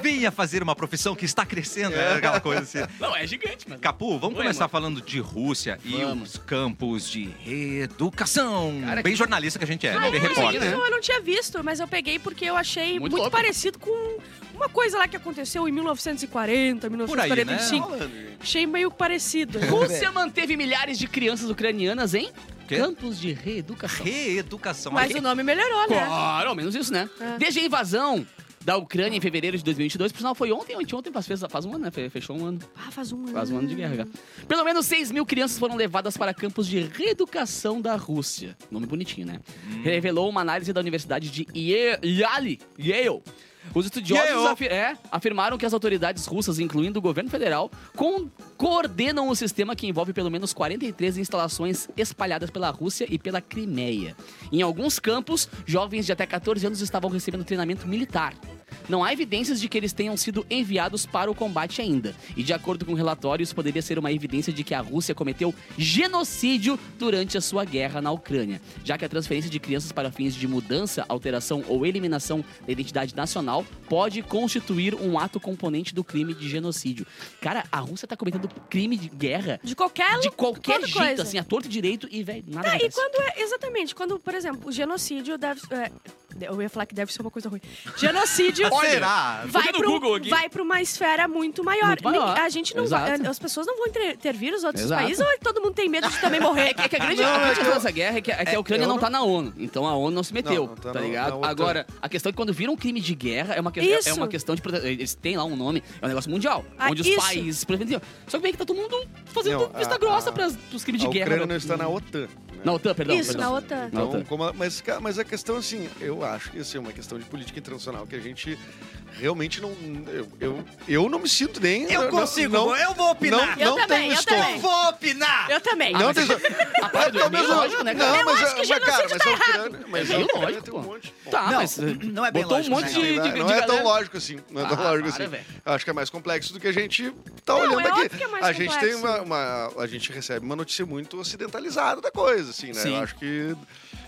A: Venha fazer uma profissão que está crescendo. É aquela coisa assim.
D: Não, é gigante, mas...
A: Capu, vamos
D: Oi,
A: começar
D: amor.
A: falando de Rússia
D: Vamos.
A: e os campos de reeducação.
D: Cara,
A: bem
D: que-
A: jornalista que a gente é, né?
B: Ah,
A: bem
B: eu,
A: repórter.
B: isso eu não tinha visto, mas eu peguei porque eu achei
D: Muito
B: muito,
D: louco.
B: parecido com uma coisa lá que aconteceu em 1940,
A: aí, né?
B: 1945.
C: Falando, gente.
B: Achei meio
D: (laughs)
B: parecido.
D: Rússia manteve milhares de crianças ucranianas em
A: Quê?
D: campos de reeducação.
A: Reeducação.
B: Mas
A: Aqui-
B: o nome melhorou, né?
D: Claro, ao menos isso, né?
B: É.
D: Desde a invasão da Ucrânia em fevereiro de 2022, por sinal, foi ontem, ontem, ontem, faz, faz um ano, né? Fe- Fechou um ano.
B: Ah, faz um ano.
D: Faz um ano de guerra. já. Pelo menos 6 mil crianças foram levadas para campos de reeducação da Rússia. Nome bonitinho, né? Revelou uma análise da Universidade de Ye- Yale. Yale. Os estudiosos
A: Yale.
D: afi- é, afirmaram que as autoridades russas, incluindo o governo federal, con- coordenam um sistema que envolve pelo menos 43 instalações espalhadas pela Rússia e pela Crimeia. Em alguns campos, jovens de até 14 anos estavam recebendo treinamento militar. Não há evidências de que eles tenham sido enviados para o combate ainda. E de acordo com o relatório, isso poderia ser uma evidência de que a Rússia cometeu genocídio durante a sua guerra na Ucrânia, já que a transferência de crianças para fins de mudança, alteração ou eliminação da identidade nacional pode constituir um ato componente do crime de genocídio. Cara, a Rússia tá cometendo crime de guerra
B: De qualquer
D: um de qualquer
B: toda
D: jeito,
B: É coisa.
D: assim, a torto e direito e, velho, nada
B: Tá, e
D: acontece.
B: quando é. Exatamente, quando, por exemplo, o genocídio deve. é, eu ia falar que deve ser uma coisa ruim.
D: (laughs)
B: Genocídio.
A: Será?
D: Botei
B: Vai
D: no
B: pro-
D: Google aqui.
B: vai pra uma esfera muito maior.
D: Muito maior.
B: Nem- A gente não
D: Exato.
B: vai- As pessoas não vão inter- intervir os outros
D: Exato.
B: países ou todo mundo tem medo de também morrer?
D: É que, é
C: Ah,
D: que a grande, a grande questão dessa guerra é que, é que a Ucrânia
C: eu
D: não,
C: não-
D: tá na ONU. Então a ONU não se meteu,
C: Não, não tá
D: tá
C: na- na
D: ligado?
C: OTAN.
D: Agora, a questão é que quando vira um crime de guerra, é uma, que- é- é
B: Isso.
D: uma questão de proteção. Eles têm lá um nome, é um negócio mundial.
B: Ah,
D: onde os
B: isso.
D: países preventam. Só que bem que tá todo mundo fazendo
C: Não, a-
D: vista grossa
C: a-
D: pras, pros crimes
C: A
D: de guerra.
C: Ucrânia Ah, não está na OTAN. né?
D: Na OTAN, perdão.
B: Isso,
D: perdão.
B: na OTAN.
D: Na
C: Então,
D: OTAN.
C: como a- mas, ca- mas a questão, assim, eu acho que assim, é uma questão de política internacional que a gente realmente não. Eu, eu, eu não me sinto nem.
E: Eu
C: não-
E: consigo,
C: não,
E: eu vou opinar.
B: Eu
C: Não
B: também,
C: tenho
B: eu
C: estômago.
E: Eu vou opinar!
B: Eu também.
D: Ah,
C: Não
D: mas
C: tem.
D: A parte do
C: Não, mas
D: meio lógico, né, cara?
C: Não, mas,
B: Eu acho que
C: mas,
B: genocídio tá
C: cara, mas a Ucrânia.
B: errado.
C: Mas
D: É
C: a
D: meio
C: Ucrânia
D: lógico,
C: tem um
D: pô.
C: monte. Bom,
D: Tá,
E: Não,
D: mas.
E: não é bem
D: botou um
E: lógico,
D: monte
E: né?
D: de, de,
C: não é-
D: de
C: não é tão
D: galera.
C: lógico assim. Não é tão
D: Ah,
C: lógico
D: para,
C: assim.
D: velho.
C: Eu Acho que é mais complexo do que a gente tá
B: Não,
C: olhando
B: é
C: aqui.
B: óbvio que é mais
C: a gente tem
B: complexo.
C: uma, uma- A gente recebe uma notícia muito ocidentalizada da coisa, assim, né?
E: Sim.
C: Eu acho que.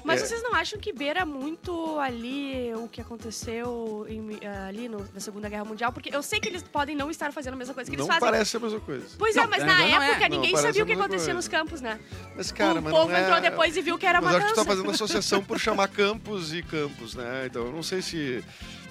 B: Mas
C: é,
B: vocês não acham que beira muito ali o que aconteceu em- eh, ali no- na Segunda Guerra Mundial? Porque eu sei que eles podem não estar fazendo a mesma coisa que
C: não
B: eles fazem.
C: parece a mesma coisa.
B: Pois é,
D: Não,
B: mas
D: na
B: na
D: verdade não é.
B: época
C: Não,
B: ninguém
C: parece
B: sabia o que
C: a mesma
B: acontecia nos
C: coisa.
B: campos, né?
C: Mas, cara,
B: o
C: mas
B: povo
C: não é-
B: entrou depois e viu que era uma
C: Mas acho que tu
B: dança.
C: tá fazendo associação por chamar campos e campos, né? Então eu não sei se.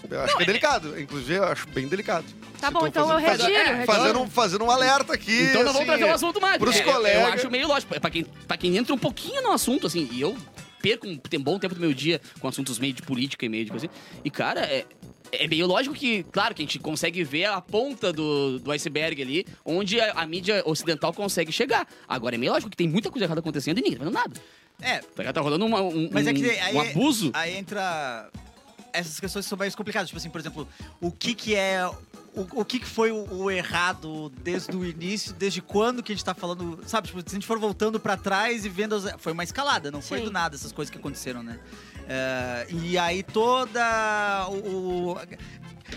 C: Eu acho que é delicado. Inclusive, eu acho bem delicado.
B: Tá
C: Se
B: bom,
C: tão
B: então eu
C: fazendo- fazendo-
B: retiro.
D: é,
B: eu retiro.
C: Fazendo um, fazendo um alerta aqui.
D: Então não vamos
C: assim,
D: trazer o assunto mais.
C: pros
D: É, eu- Eu
C: colegas.
D: acho meio lógico. É Pra quem, pra quem entra um pouquinho no assunto, assim, e eu perco um tem- bom tempo do meu dia com assuntos meio de política e meio de coisa assim. E, cara, é, é meio lógico que, claro, que a gente consegue ver a ponta do, do iceberg ali, onde a, a mídia ocidental consegue chegar. Agora, é meio lógico que tem muita coisa errada acontecendo e ninguém tá fazendo nada.
E: É,
D: Tá, ligado? tá rolando uma- um,
E: Mas
D: um,
E: é que aí-
D: um abuso.
E: Aí entra. Essas questões são mais complicadas. Tipo assim, por exemplo, o que que é. O, o que que foi o, o errado desde o início, desde quando que a gente tá falando. Sabe, tipo, se a gente for voltando pra trás e vendo. As, foi uma escalada, não foi
B: Sim.
E: do nada essas coisas que aconteceram, né? É, e aí toda. O, o-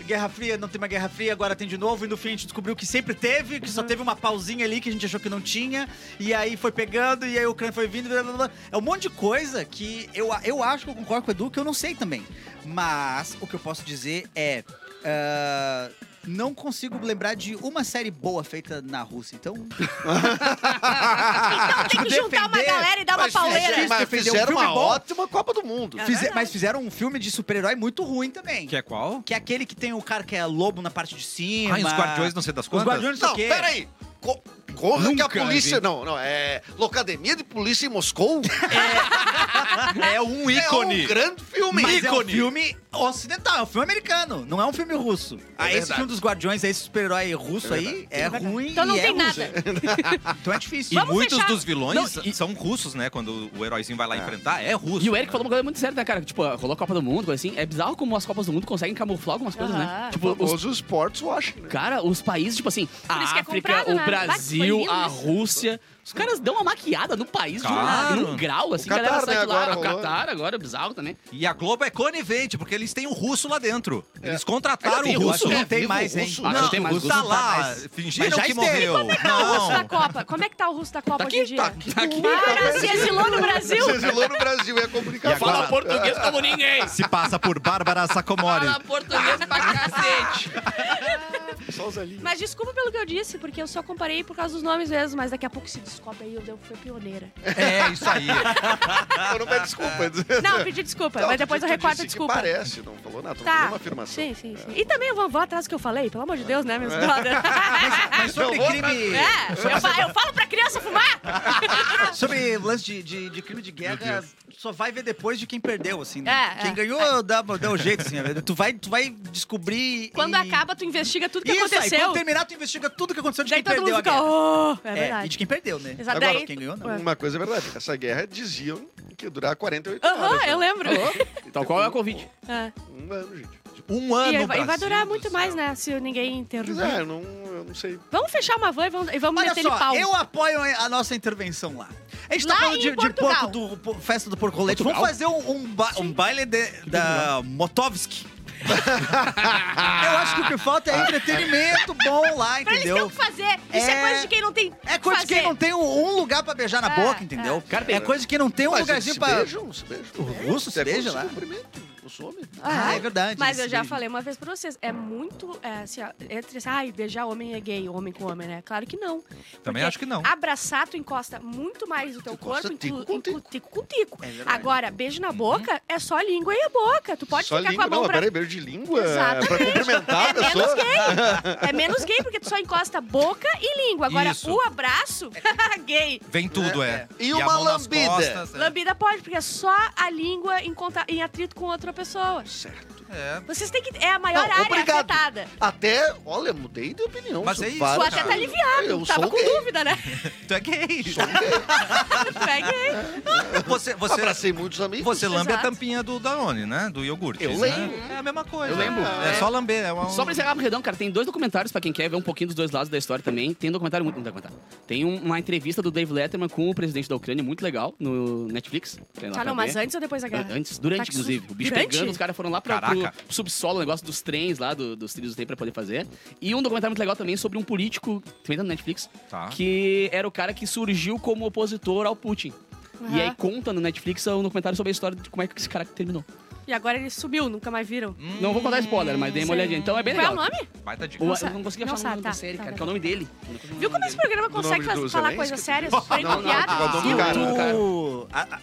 E: Guerra Fria, não tem uma Guerra Fria, agora tem de novo, e no fim a gente descobriu que sempre teve, que só teve uma pausinha ali que a gente achou que não tinha, e aí foi pegando, e aí o Ucrânia foi vindo, blá, blá, blá. é um monte de coisa que eu, eu acho que eu concordo com o Edu, que eu não sei também. Mas o que eu posso dizer é. ah, não consigo lembrar de uma série boa feita na Rússia, então.
B: Então tem que juntar uma
E: Defender-
B: galera e dar uma
C: Mas
B: pauleira.
E: difícil
C: Mas
E: defender um
C: fizeram
E: filme
C: uma
E: bom.
C: ótima Copa do Mundo.
B: É
E: Fize-
B: verdade.
E: mas fizeram um filme de super-herói muito ruim também.
A: Que
E: Que é...
A: é qual?
E: aquele que tem o cara que é lobo na parte de cima.
A: Ah, e os guardiões não sei das
E: Os
A: quantas?
E: guardiões não sei o
C: Não,
E: quê.
C: peraí. Co- Corra
A: Nunca
C: que a polícia.
A: vi.
C: Não, não. É. Locademia de Polícia em Moscou?
A: É um
C: É um grande filme.
E: Mas é um filme ocidental, é um filme americano, não é um filme russo. Ah, esse
C: verdade.
E: filme dos Guardiões, esse super-herói russo aí, é ruim
B: Então não
E: e é
B: tem
E: russo.
B: nada.
E: Então é difícil.
A: E
B: Vamos
A: muitos
B: fechar-
A: dos vilões
D: Não, e-
A: são russos, né? Quando o heróizinho vai lá enfrentar, é russo.
D: E o Eric falou uma coisa muito séria, né, cara? Tipo, rolou a Copa do Mundo, coisa assim. É bizarro como as Copas do Mundo conseguem camuflar algumas coisas, né?
B: Aham.
D: Tipo, os
C: Os esportes Washington. né?
D: Cara, os países, tipo assim, a
B: isso que é
D: África,
B: comprado,
D: o
B: né? Vai, foi
D: Brasil,
B: lindo
D: a
B: isso.
D: Rússia. Os caras dão uma maquiada no país de um-
A: Claro.
D: num grau, assim,
C: O
D: a galera
C: Catar,
D: sai
C: né,
D: de lá.
C: agora
D: o
C: rolou.
D: Catar agora, bizarro também.
A: E a Globo é conivente, porque eles têm o russo lá dentro. Eles contrataram
E: Tem
A: o
E: russo?
C: né?
A: russo.
E: Não tem
C: É,
E: mais, hein?
D: Ah, não tem mais,
A: o russo
E: russo
A: tá
E: não
A: lá.
E: tá mais. Mas
A: Fingiram
E: já
A: que
E: esteve.
A: morreu.
B: O russo da
A: Não.
B: Copa. Como é que tá o russo da Copa hoje em dia?
D: tá aqui.
B: Para, se exilou no
C: (laughs)
B: Brasil.
C: Se exilou no Brasil, é complicado.
D: Fala português
C: (laughs)
D: como ninguém.
A: Se passa por Bárbara Sacomori.
D: Fala português pra cacete.
C: Só os ali.
B: Mas desculpa pelo que eu disse, porque eu só comparei por causa dos nomes mesmo, mas daqui a pouco se descobre aí, eu devo fui
C: (laughs)
B: pioneira.
A: É, isso aí.
C: Então não pede
E: É.
C: desculpa.
B: Não, eu pedi desculpa,
C: Não,
B: mas depois
C: tu-
B: eu
C: tu
B: recorto
C: Então, disse
B: a
C: que
B: desculpa. né?
C: Parece, não falou nada. Tô
B: Tá.
E: É
C: fazendo uma afirmação.
B: Sim, sim, sim. E também eu vou, vou atrás do que eu falei, pelo amor de Deus, né, meus brother?
E: É.
B: (laughs)
E: (laughs) Mas sobre
C: Eu vou-
E: crime.
B: É, eu, fa- eu falo pra criança fumar!
E: Sobre lance de, de, de crime de guerra, só vai ver depois de quem perdeu, assim. né?
B: É,
E: quem
B: é,
E: ganhou dá, dá o jeito, assim. né? Tu vai, tu vai descobrir.
B: Quando
E: e-
B: acaba, tu investiga tudo que
E: Isso aí,
B: aconteceu.
E: quando terminar, tu investiga tudo que aconteceu de
B: Daí
E: quem
B: todo mundo
E: perdeu a
B: fica,
E: guerra.
B: oh, é
E: É, e de
B: verdade.
E: quem perdeu, né?
B: Exato,
E: Agora,
B: daí-
E: quem ganhou, não.
B: Ué.
C: Uma coisa é verdade. Essa guerra diziam que ia durar 48
B: Aham,
C: horas.
B: eu
C: né?
B: lembro.
D: Então qual é a Covid?
B: É.
C: Um ano, gente.
A: Um
B: E,
A: ano.
B: aí vai- e vai
A: Brasil
B: durar
A: do
B: muito
A: céu.
B: mais, né, se ninguém interromper.
C: Pois é, eu não, eu não sei.
B: Vamos fechar uma van e vamos, e vamos
E: Olha
B: meter ele
E: só,
B: pau.
E: eu apoio a nossa intervenção lá. A gente
B: Lá
E: tá falando
B: em
E: de, de porco
B: Portugal.
E: do po- festa do porco rolete.
D: Portugal?
E: Vamos fazer um, um ba- um baile de-
C: (laughs)
E: da Motovski. Eu acho que o que falta
C: Ah.
E: é entretenimento bom
B: Pra
E: lá,
B: eles terem o
E: entendeu?
B: que fazer. Isso é,
E: É-
B: coisa de quem não tem.
E: É coisa de quem não tem um- um lugar pra beijar na
B: É,
E: boca, entendeu?
D: Cara,
E: É
D: tem
E: coisa de quem não tem um
C: Mas
E: lugarzinho
C: eles
E: pra.
C: se beijam, se beijam.
E: O russo se
C: Até
E: beija
C: quando
E: lá.
C: Se cumprimentam, não some.
E: Ah, é verdade.
B: Mas eu
E: eles
B: já
E: beijam.
B: falei uma vez pra vocês, é muito é, assim, ó, entre ai, beijar homem é gay, homem com homem, né? Claro que não.
A: Também
B: Porque
A: acho que não.
B: Abraçar, tu encosta muito mais o teu
C: encosta
B: corpo,
C: tico com
B: inclu-
C: tico. Uhum.
B: tico com tico.
E: É verdade.
B: Agora, beijo na boca é só a língua e a boca. Tu pode
C: Só
B: ficar
C: língua,
B: com a mão
C: não, é
B: pra.
C: peraí, beijo de língua
B: Exatamente.
C: pra cumprimentar a
B: (laughs) É menos
C: pessoa. (laughs)
B: gay. É menos gay, porque tu só encosta boca e língua. Agora,
A: Isso.
B: o abraço, (laughs) gay.
A: Vem tudo, é.
E: É,
C: E
A: a
C: uma
A: mão nas
C: lambida.
A: costas, é.
B: Lambida pode, porque é só a língua em, conta- em atrito com outra pessoa.
C: Certo.
E: É.
B: Vocês têm que. É a maior
C: Não,
B: área
C: obrigado.
B: afetada.
C: Até, olha, mudei de opinião.
E: Mas
C: sou
E: é isso,
B: Tu
C: vários-
B: é. até tá aliviado.
C: Eu
B: Tava
C: sou
B: com
C: gay.
B: dúvida,
C: (laughs)
B: né?
E: Tu é gay.
B: Tu é gay.
E: Você, você,
C: Abracei muitos amigos.
A: Você lambe a
B: Exato.
A: tampinha do Danone, né? Do iogurte.
C: Eu
A: né?
C: lembro.
A: É a mesma coisa.
C: Eu lembro.
A: É só lamber. É uma...
D: Só pra encerrar rapidão, cara, tem dois documentários pra quem quer ver um pouquinho dos dois lados da história também. Tem um documentário muito um documentário. Tem um- uma entrevista do Dave Letterman com o presidente da Ucrânia, muito legal, no Netflix. Tem lá
B: Tá,
D: pra
B: não, mas
D: ver.
B: antes ou depois da guerra?
D: Antes, durante,
B: Tá que su-
D: inclusive. O bicho
B: durante?
D: pegando, os caras foram lá pra, pro
A: Caraca.
D: subsolo, o negócio dos trens lá, do- dos trilhos do trem pra poder fazer. E um documentário muito legal também sobre um político, também tá no Netflix,
A: Tá.
D: que era o cara que surgiu como opositor ao Putin. E aí
B: Aham.
D: conta no Netflix um documentário sobre a história de como é que esse cara terminou.
B: E agora ele subiu, nunca mais viram.
C: Hum.
A: Hum.
D: Não vou contar spoiler, mas dei uma
B: Sim.
D: olhadinha. Então é bem
B: Qual é
D: legal.
B: o nome?
A: Baita dica.
D: O-
B: Não
D: eu
B: sabe.
D: não consegui
B: Não
D: achar o nome
B: sabe, tá,
D: da série,
B: tá,
D: cara,
B: tá.
D: que é o nome dele.
B: Viu como é esse programa consegue
C: nome
B: faz-
C: do
B: falar
C: Zelensky?
B: coisas sérias,
C: Não,
B: frente
C: não,
B: piada?
C: não, não,
B: Viu?
C: não, não,
E: Tu- a- a-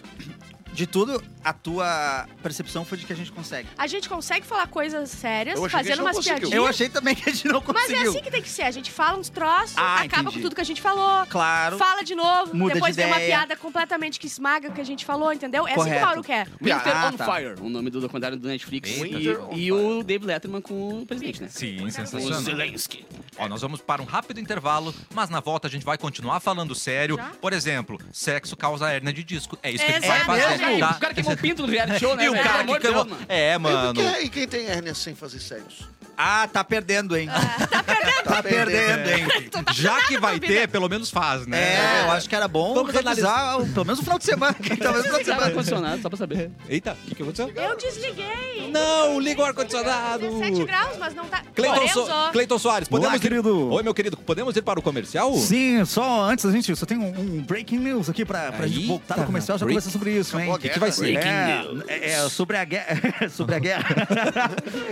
E: de tudo, a tua percepção foi de que a gente consegue.
B: A gente consegue falar coisas sérias,
C: Eu achei que a
B: fazendo
C: gente não
B: umas
C: conseguiu.
B: piadinhas.
E: Eu achei também que a gente não
B: Mas é
E: conseguiu.
B: assim que tem que ser. A gente fala uns troços,
E: Ah,
B: acaba
E: entendi.
B: com tudo que a gente falou.
E: Claro.
B: Fala de novo,
E: Muda de
B: depois vem uma
E: ideia.
B: piada completamente que esmaga o que a gente falou, entendeu? É assim que
E: Correto.
B: o Mauro quer.
D: Winter
E: Ah,
D: on
E: tá.
D: Fire, o nome do documentário do Netflix.
A: Eita.
D: E, e o Dave Letterman com o presidente, né?
A: Sim,
D: O
A: sensacional.
D: Zelensky.
A: Ó, nós vamos para um rápido intervalo, mas na volta a gente vai continuar falando sério.
B: Já?
A: Por exemplo, sexo causa hérnia de disco. É isso que a gente vai
B: Exatamente.
A: fazer,
D: O
A: tá?
D: cara queimou o pinto no reality show, né?
A: E o
D: velho?
A: cara
D: Pelo amor
A: que
D: de Deus,
A: cama...
D: mano.
A: É,
C: E,
A: mano.
C: por que- e quem tem hérnia sem fazer sexo?
E: Ah, tá perdendo, hein? (laughs) tá
A: É.
E: perdendo, hein?
D: (laughs) tá
A: Já que vai ter, pelo menos faz, né?
E: É, eu acho que era bom
A: Vamos
E: realizar o- pelo menos o final de semana. que Talvez o final
D: Tava
E: de (laughs) semana.
D: ar-condicionado, só pra saber.
A: Eita, o que, que aconteceu?
B: Eu desliguei.
A: Não, liga o ar-condicionado.
B: 17 graus, mas não tá.
A: Cleiton,
B: Lorenzo.
A: So- Cleiton Soares, podemos
G: Olá,
A: ir...
G: querido.
A: Oi, meu querido, podemos ir para o comercial?
G: Sim, só antes a gente, só tem um, um breaking news aqui pra, pra gente
A: Aí,
G: voltar
A: tá,
G: no comercial, já
A: break-
G: conversar sobre isso, hein?
C: Acabou a
A: que que vai ser?
G: É, é, é, sobre a guerra. (laughs) sobre a guerra.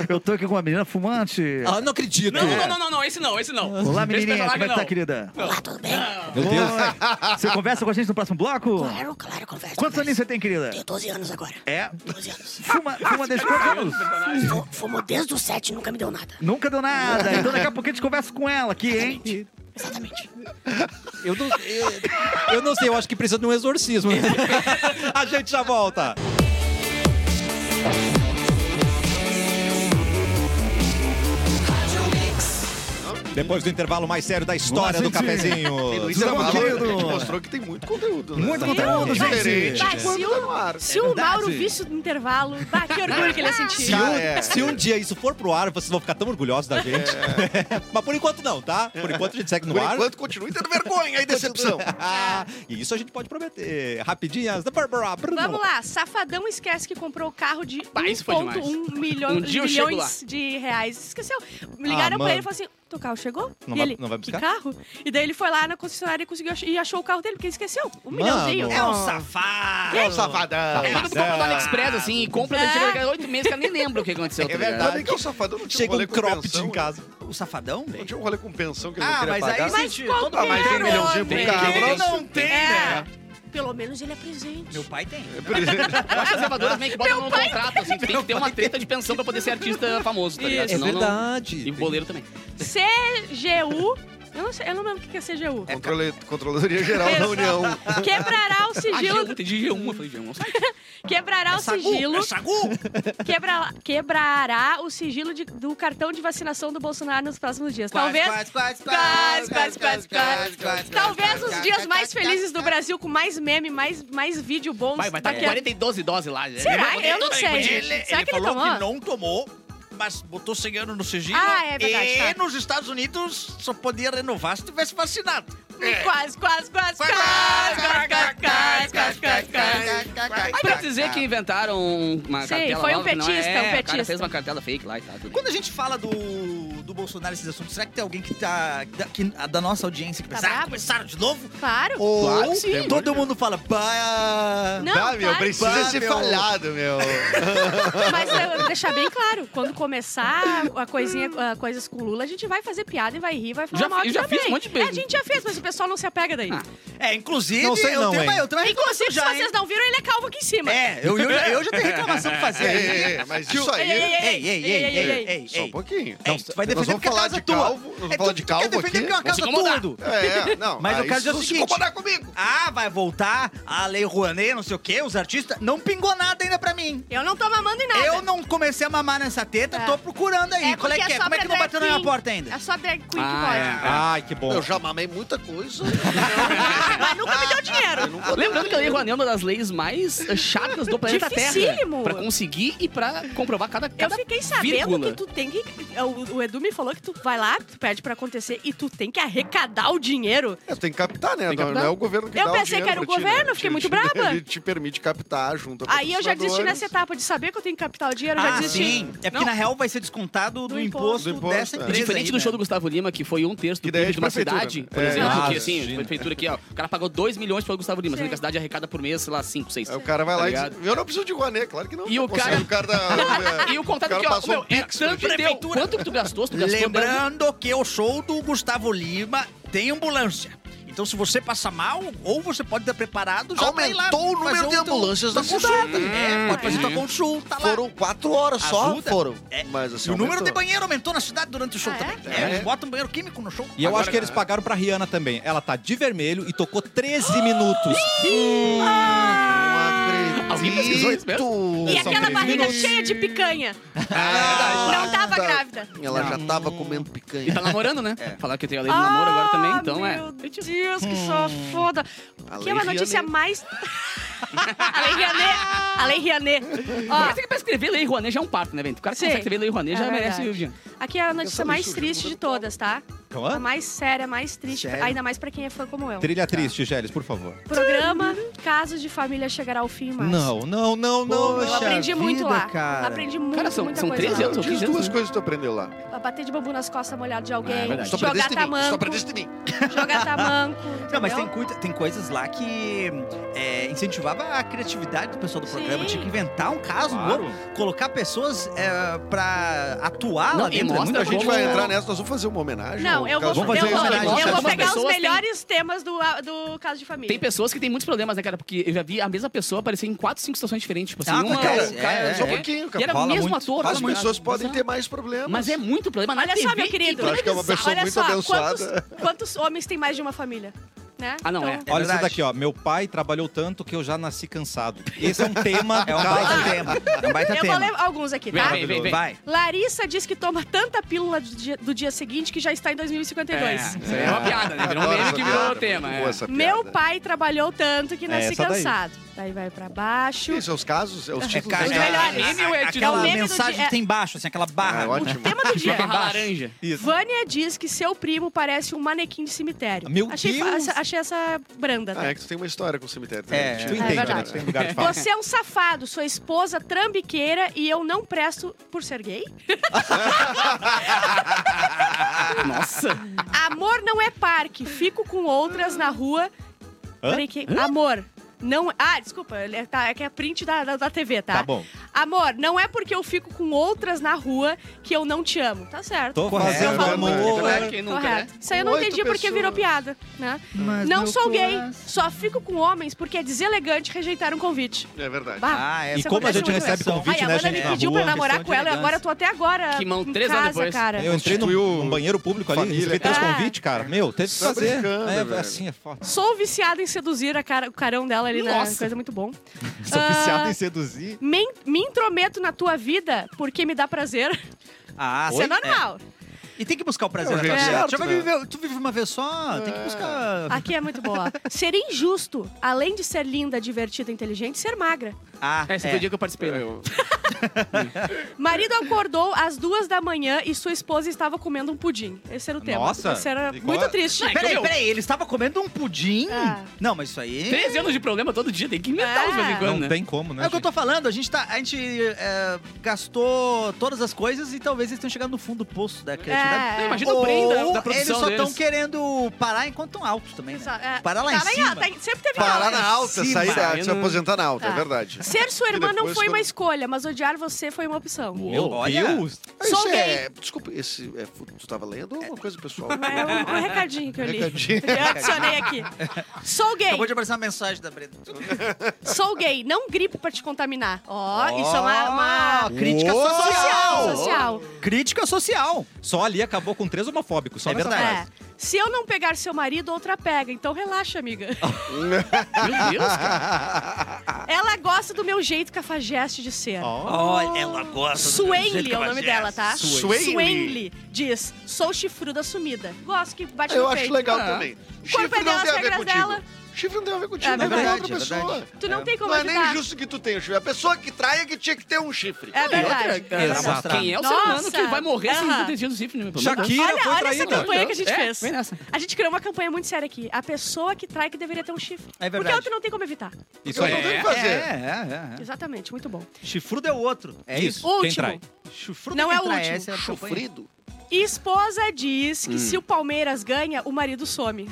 G: Eu tô aqui com uma menina fumante.
A: Ah, não acredito.
D: Não, não, não, não, não, esse não, esse não.
G: Olá,
D: Esse
G: menininha,
D: personagem
G: como é que tá,
D: não.
G: querida?
A: Meu Deus.
G: Oi. Você conversa com a gente no próximo bloco?
H: Claro, claro, conversa.
G: Quantos anos você tem, querida?
H: Tenho 12 anos agora.
G: É?
H: 12 anos.
G: Fuma, fuma desde quantos anos?
H: Fu- Fumo desde os 7 nunca me deu nada.
G: Nunca deu nada. Então daqui a pouco a gente conversa com ela aqui, hein?
H: Exatamente.
A: Eu não, eu, eu não sei, eu acho que precisa de um exorcismo.
D: (laughs)
A: a gente já volta. Depois do intervalo mais sério da história do
I: gente.
A: cafezinho.
C: Tem Luiz
I: Vocês
E: é
C: Amaro,
I: estão
C: né,
I: querido.
C: que mostrou que tem muito conteúdo, né?
A: tá
I: Muito
A: um
I: conteúdo, gente.
A: né?
C: Diferente
B: Bah, se
C: de quando
B: o-
C: tá no ar.
B: Se o Mauro visse no intervalo, bah, que orgulho que ele ia sentir.
A: Se um,
C: Cara, é.
A: se um dia isso for pro ar, vocês vão ficar tão orgulhosos da gente.
E: É.
A: (laughs) Mas por enquanto não, tá? Por enquanto a gente segue no
C: Por
A: ar.
C: enquanto, continue tendo vergonha e decepção.
A: Ah, e (laughs) isso a gente pode prometer. Rapidinhas da Bárbara.
B: Vamos lá, safadão esquece que comprou o carro de
D: Pá, isso foi demais.
B: 1,1 milhão,
D: Um dia eu chego
B: milhões de reais. Esqueceu. Ligaram
A: Ah, mano.
B: pra ele e falaram assim: teu carro chegou?
A: Não
B: e
A: vai-
B: ele,
A: não vai
B: que
A: buscar?"
B: carro? E daí ele foi lá na concessionária e conseguiu ach- e achou o carro dele, porque ele esqueceu. Um
A: Mano.
B: milhãozinho.
E: É um safado.
C: É um
E: tá
C: safadão.
D: Ele compra do AliExpress, assim, e compra
B: É.
D: daqui a oito meses, que ela nem lembra o que aconteceu. tá
A: É
D: ligado?
A: verdade.
C: Também que é um safadão, não tinha um
A: Chega um
C: rolê com
A: cropped em
E: né?
C: pensão.
A: casa.
E: O safadão?
C: Não tinha um rolê com pensão que ele não
E: Ah,
C: queria
E: mas aí
C: pagar.
B: Mas
E: gente,
B: qual
E: todo
B: que
C: Ah, mas tem
B: era
C: um milhãozinho
B: o
C: pro
B: outro?
C: cabra.
E: Quem não tem,
B: É.
E: né?
B: Pelo menos ele é presente.
E: Meu pai tem.
D: Eu acho que as gravadoras meio que botam no contrato, assim, que tem que ter uma treta de pensão pra poder ser artista famoso, tá ligado?
A: É
D: Senão não-
A: verdade.
D: E boleiro também.
B: CGU. Eu não, sei, eu não lembro o que que é CGU.
C: Controle, Controladoria Geral da União. Tá,
B: Quebrará o
D: Ah,
B: sigilo.
D: G1, entendi G1. Eu falei G1, não sei.
B: Quebrará o sigilo.
D: É
E: Sagu?
B: Quebra- quebrará o sigilo de- do cartão de vacinação do Bolsonaro nos próximos dias. Talvez.
E: Quase, quase,
B: Quase, quase, quase, quase. Talvez os dias mais felizes do Brasil, com mais meme, mais, mais vídeo bons.
D: Vai, vai tá com
B: daqui a-
D: 42 idosos lá. né?
B: Será? Eu não sei.
E: Ele,
B: gente.
E: ele
B: Será que ele
E: falou
B: tomou?
E: que não tomou, mas botou 100 anos no sigilo.
B: Ah, é verdade,
E: E
B: tá.
E: nos Estados Unidos só podia renovar se tivesse vacinado.
B: Quase, quase, quase, quase, quase, quase, quase, quase, quase, quase.
D: Aí pra dizer que inventaram uma
B: Sim,
D: cartela
B: foi um
D: nova, que não é,
B: petista, um
D: O cara
B: petista.
D: fez uma cartela fake lá e tal. tudo.
E: Quando a gente fala do, do Bolsonaro esses assuntos, será que tem alguém que tá. Da, que- da nossa audiência que
B: Tá
E: pensa, ah,
B: bravo?"
E: começaram de novo?
B: Claro.
E: Ou
D: Claro que sim.
E: todo mundo fala, pá.
B: Não,
C: Tá, meu,
B: claro.
C: precisa
E: Bah,
C: ser
E: meu.
C: falado, meu.
B: Mas eu, deixar bem claro, quando começar a coisinha, a coisas com o Lula, a gente vai fazer piada e vai rir, vai falar
D: Já-
B: mal
D: eu já
B: também.
D: fiz um monte de vezes.
B: É, a gente já fez, mas o pessoal não se apega daí.
D: Ah,
E: É, inclusive,
A: Não sei
E: eu,
A: não,
E: tenho
A: hein.
E: uma, eu tenho uma
B: Inclusive,
E: reclamação
B: se
E: já, hein?
B: vocês não viram, ele é calvo aqui em cima.
E: É, eu, eu, já- eu já tenho reclamação pra fazer.
C: Ei, (laughs)
E: aí.
C: ei, ei, é, mas isso
B: Ei,
C: aí...
B: ei, ei, ei, ei, ei, ei, ei, ei.
C: Só um pouquinho.
E: Ei, tu vai
C: Nós
E: defender
C: vamos
E: porque a
C: falar
E: casa
C: de
E: é tua.
C: calvo? Nós vamos
E: É,
C: falar
E: tu-
C: de
E: tu quer
C: calvo
E: defender
C: aqui?
E: porque a
D: Vamos se
E: casa é
D: incomodar.
E: tudo.
C: É, não.
E: Mas eu
C: aí
E: quero dizer o
C: não se
E: seguinte.
C: incomodar comigo.
E: Ah, vai voltar a Lei Rouanet, não sei o quê, os artistas. Não pingou nada ainda pra mim.
B: Eu não tô mamando em nada.
E: Eu não comecei a mamar nessa teta,
B: É.
E: tô procurando aí. Qual é
B: porque
E: que é?
B: só
E: Como é que
B: pra
E: não bateu na
B: drag
E: minha
B: queen.
E: porta ainda?
B: É só drag queen que
D: Ah,
B: pode.
D: é.
A: Ai, que bom.
C: Eu já mamei muita
E: (laughs)
C: coisa.
B: Mas nunca me deu
C: Eu
B: dinheiro.
C: não vou
D: Lembrando que a Lei Rouanet é uma das leis mais eh, chatas do planeta Terra.
B: Dificílimo.
D: Pra conseguir e pra comprovar cada,
B: Eu
D: cada
B: fiquei sabendo
D: vírgula.
B: que tu tem que. O, o Edu me falou que tu vai lá, tu pede pra acontecer e tu tem que arrecadar o dinheiro.
C: É, tem que captar, né?
D: Tem que
C: Não-
D: captar.
C: Não é o governo que
B: Eu
C: dá
B: pensei que
C: dinheiro
B: era o
C: pra ti, né?
B: governo, fiquei
C: Te-
B: muito
C: te-
B: brava.
C: Ele te permite captar junto a
B: Aí eu já desisti
C: patrocinadores.
B: nessa etapa de saber que eu tenho que capital o dinheiro, eu já
E: Ah,
B: desisti.
E: sim. É
B: Não.
E: porque, na real, vai ser descontado do,
B: Do
E: imposto,
C: imposto. Do imposto,
E: dessa
C: é.
E: empresa.
D: Diferente
E: aí,
D: do show do
E: né?
D: Gustavo Lima, que foi um terço do
C: Que daí é
D: PIB de
C: de
D: uma
C: prefeitura.
D: cidade, por
C: É,
D: exemplo,
A: ah,
D: que assim,
A: imagina.
D: a prefeitura aqui, ó, o cara pagou 2 milhões pro Gustavo Lima,
B: Sim.
D: sendo que a cidade é arrecada por mês, sei lá, 5, 6.
C: Aí É, o cara vai lá e diz, eu não preciso de Guané, claro que não.
D: Tá
C: né?
D: E
C: Eu
D: o
C: consigo,
D: cara-
C: é o cara
D: (laughs)
C: da-
D: E o
C: é.
D: contato
C: cara
D: aqui, ó,
C: passou
D: meu,
C: um
D: é
C: pix pra
D: tanto que deu.
E: Prefeitura.
D: Quanto que tu gastou? Se Tu gastou dando-
E: Lembrando que o show do Gustavo Lima tem ambulância. Então, se você passa mal, ou você pode estar preparado, já tá aí lá
C: Aumentou o
E: fazer
C: número de
E: o teu-
C: ambulâncias da
E: tua
C: cidade.
E: consulta. É, pode fazer
D: Hum.
E: tua consulta lá.
C: Foram quatro horas só,
E: Ajuda?
C: foram.
E: É.
C: Mas assim,
E: E o número
C: aumentou.
E: de banheiro aumentou na cidade durante o show
B: Ah, é?
E: também. É,
C: É.
E: eles botam banheiro químico no show.
A: E eu acho que
E: é.
A: eles pagaram pra Rihanna também. Ela tá de vermelho e tocou 13 minutos.
C: Não
D: Ah, Alguém pesquisou isso mesmo?
B: E
A: São
B: aquela
A: três
B: barriga
A: minutos.
B: cheia de picanha.
C: Ah,
B: não tava
C: tá.
B: grávida.
C: Ela já tava comendo
D: E tá
C: picanha.
D: namorando, né?
C: É.
D: Falaram que tem a lei do namoro agora também, então
B: Ah, meu
D: é.
B: Deus, que safoda.
C: A
B: Que
C: Lei
B: é uma notícia
C: Rianet.
B: mais. (laughs) a Lei Rianet. A Lei Rianet.
D: Mas
B: Ó,
D: é que pra escrever Lei Rouanet já é um parto, né, velho? O cara que
B: Sim.
D: consegue escrever Lei Rouanet já
B: É
D: merece
B: verdade.
D: o dinheiro.
B: aqui é a notícia
C: sabia
B: mais
C: isso, eu
B: triste
C: juro.
B: de todas, tá?
A: Calma.
B: A mais séria, a mais triste,
E: Sério?
B: ainda mais pra quem é fã como eu.
A: Trilha triste, Gélis, por favor.
B: Programa Casos de Família chegará ao fim, mas.
A: Não, não, não, não.
B: Eu aprendi
I: vida,
B: muito lá.
I: cara.
B: Aprendi muito,
D: Cara, são-
B: muita
D: são
B: coisa
D: 13
B: lá.
D: anos, ou
C: Diz
D: 15 anos.
C: duas
D: né?
C: coisas que tu aprendeu lá.
B: Bater de bambu nas costas molhado de alguém,
D: verdade.
C: Só
B: jogar
C: aprendeste de mim. Só
B: tamanco,
C: aprendeste de mim.
B: jogar tamanco.
E: Não, mas tem,
B: entendeu?
E: cuita- tem coisas lá que é, incentivava a criatividade do pessoal do
B: Sim.
E: programa. Tinha que inventar um caso novo, colocar pessoas é, pra atuar
D: Não,
E: lá
D: e
E: dentro.
D: mostra
C: A gente
D: como-
C: vai entrar nessa, nós vamos fazer uma homenagem.
B: Não,
C: ao
B: eu vou,
C: caso
B: eu
D: fazer
B: vou,
D: um negócio.
B: eu vou
D: Algumas
B: pegar os
D: pessoas têm-
B: melhores temas do, do caso de família.
D: Tem pessoas que têm muitos problemas, né, cara? Porque eu já vi a mesma pessoa aparecer em quatro, cinco situações diferentes. Tipo assim,
E: Ah,
D: uma,
E: cara,
D: o cara,
E: é,
D: não
C: Só
D: sei o
C: um
D: quê.
C: pouquinho,
D: E era
C: cara.
D: o mesmo ator.
C: As
D: tá ligado?
C: pessoas podem
D: Mas é-
C: ter mais problemas.
D: Mas é muito problema. Na
B: Olha só,
D: TV
B: meu querido.
C: Eu acho que é uma pessoa
B: Olha
C: muito
B: só,
C: abençoada.
B: Quantos, quantos homens tem mais de uma família? né?
D: Ah, não,
B: Então,
D: é.
A: Olha isso
G: verdade.
A: daqui, ó. Meu pai trabalhou tanto que eu já nasci cansado. Esse é um tema do
G: É um
A: caso.
G: baita tema. É um baita
B: Eu vou
G: tema.
B: ler alguns aqui, tá?
D: Vem, vem, vem, vem.
G: Vai.
B: Larissa diz que toma tanta pílula do dia, do dia seguinte que já está em 2052.
D: Isso aí é uma piada, né? Virou um
C: Adoro
D: meme
C: essa
D: que virou
C: piada,
D: tema.
C: muito
D: é.
C: boa
D: (laughs)
C: essa
B: Meu
C: piada.
B: pai trabalhou tanto que nasci
A: Essa daí.
B: cansado. Daí vai pra baixo.
C: Isso, é os casos, é os títulos.
E: Cara,
B: Os
E: é-
B: melhores.
D: Meme ou é de
E: Aquela
B: o meme do
E: mensagem
B: dia-
E: que tem embaixo, assim, aquela barra.
C: É, ótimo.
B: Tema
D: (laughs)
B: do dia.
D: Barra laranja.
A: Isso.
B: Vânia diz que seu primo parece um manequim de cemitério.
A: Meu
B: achei, fa-
A: Deus!
B: achei essa branda.
C: Ah,
B: Tá?
C: é que tu tem uma história com o cemitério.
E: É,
A: Tu
C: também,
A: entende,
B: é
A: né?
B: verdade.
A: Tu Tem lugar de falar.
B: Você é um safado, sua esposa trambiqueira e eu não presto por
A: (laughs)
B: ser gay?
D: Nossa.
B: Amor não é parque, fico com outras na rua.
A: Hã?
B: Peraí que... Amor, não... Ah, desculpa, é, tá, é que é print da, da, da TV, tá?
A: Tá bom.
B: Amor, não é porque eu fico com outras na rua que eu não te amo. Tá certo.
A: Tô
G: Correto,
A: fazendo
C: né?
A: amor.
D: Claro, quem nunca, né?
B: Correto. Isso aí eu não
C: Oito
B: entendi porque
C: pessoas.
B: virou piada, né? não sou gay, só fico com homens porque é deselegante rejeitar um convite.
C: É verdade.
B: Bah,
E: Ah, é.
A: E
B: Isso
A: como a
B: acontece
A: gente
B: muito,
A: recebe
E: pessoal.
A: convite,
B: Ai, a
A: né,
B: Amanda
A: gente,
B: me
A: na
B: pediu
A: rua.
B: pra namorar
E: questão de
B: com ela e agora
E: elegância.
B: eu tô até agora
D: Que mão,
B: em
D: três
B: casa,
D: anos depois.
B: cara.
A: Eu entrei num
C: Constituiu
A: banheiro público ali,
C: família,
A: recebi três
B: né?
A: convites, cara. Meu, teve que
C: Tá
A: fazer.
C: brincando,
A: É,
C: velho.
A: assim é foda.
B: Sou viciada em seduzir a cara- o carão dela ali na
D: Nossa.
B: coisa é muito bom.
A: Sou
B: Ah.
A: viciado em seduzir.
B: Me, in- me intrometo na tua vida porque me dá prazer.
E: Ah,
B: Isso é normal.
E: E tem que buscar o prazer.
C: É,
E: né?
C: gente,
E: Chama
C: certo,
E: de
C: né?
E: viver- Tu vive uma vez só, tem que buscar.
B: Aqui é
A: (laughs)
B: muito boa. ser injusto, além de ser linda, divertida, inteligente, ser magra.
E: Ah,
D: Esse foi o dia que eu participei. né?
C: Eu-
B: Marido acordou às duas da manhã e sua esposa estava comendo um pudim. Esse era o tema.
A: Nossa.
B: Isso era
A: E qual
B: muito
A: é?
B: triste.
E: Peraí,
D: Meu.
E: peraí, ele estava comendo um pudim?
B: Ah.
E: Não, mas isso aí.
D: 13 anos de problema todo dia, tem que inventar
B: É.
D: de vez em quando,
A: Não
D: né?
A: tem como, né?
E: É o que eu
A: gente?
E: tô falando, a gente, tá, a gente é, gastou todas as coisas e talvez eles tenham chegado no fundo do poço da criatividade.
B: É.
D: Imagina o prêmio da,
E: Ou
D: da produção
E: eles só
D: deles.
E: estão querendo parar enquanto estão altos também, né?
B: Pessoal, é,
E: Parar lá em
B: tava
E: cima.
B: alta, sempre teve
C: Parar
B: alta.
C: na alta,
D: Cima.
C: sair da, se
D: Eu não-
C: aposentar na alta,
B: Tá.
C: é verdade.
B: Ser sua irmã
C: E
B: não
C: depois
B: foi uma
C: quando-
B: escolha, mas odiar você foi uma opção.
A: Meu
E: Olha.
A: Deus!
B: Sou
C: Isso é. Desculpa, esse. É, tu tava lendo ou uma coisa pessoal?
B: É um, um
C: (laughs)
B: recadinho que eu li.
C: Recadinho.
B: Eu adicionei aqui. Sou gay,
E: Acabou de aparecer uma mensagem da Brenda.
B: sou gay, não gripe pra te contaminar. Ó, isso é uma, uma
E: Crítica
A: Uou!
E: social.
B: social.
E: Crítica social.
A: Só ali acabou com três homofóbicos. Só
E: É
A: nessa
E: verdade.
A: frase.
B: É. Se eu não pegar seu marido, outra pega. Então relaxa, amiga.
D: Meu
C: (laughs)
D: Deus,
C: É
D: cara.
B: Ela gosta do meu jeito cafajeste de ser.
E: Olha, ela gosta.
B: Suenli é o nome dela, tá?
C: Suenli.
B: Suenli diz, sou chifruda sumida. Gosto que bate
C: Eu
B: no
C: acho
B: peito.
C: legal
D: Ah.
C: também.
B: corpo é
C: Chifre
B: dela,
C: não tem a
B: as
C: ver
B: regras dela.
C: contigo. Chifre não tem a ver contigo,
B: É
C: não tem
E: verdade,
C: outra
E: é
C: pessoa.
E: verdade.
B: Tu não tem como
C: Não é
B: ajudar.
C: nem justo que tu tenha o chifre. A pessoa que trai é que tinha que ter um chifre.
B: É verdade.
D: É,
A: Exato.
D: Quem é o ser
B: Nossa.
D: humano que vai morrer sem
B: Aham.
D: ter tido sífilis? pelo amor de Deus?
A: Shakira
B: Olha-
A: foi
B: olha essa
A: traída.
B: campanha que a gente
D: É,
B: fez.
D: Vem nessa.
B: A gente criou uma campanha muito séria aqui. A pessoa que trai que deveria ter um chifre.
E: É
B: Porque a
E: verdade.
B: outra não tem como evitar.
A: Isso
C: Eu não
A: aí.
C: tenho o que
E: É,
C: fazer.
E: é, é.
B: Exatamente, muito bom.
E: é. Chifrudo é o outro. É isso.
A: Isso. Quem
B: Último.
A: trai?
E: Chifrudo
B: Não
E: quem
B: é o
E: trai,
B: último.
E: essa é a campanha.
C: Chufrido?
B: E esposa diz que se o Palmeiras ganha, o marido some.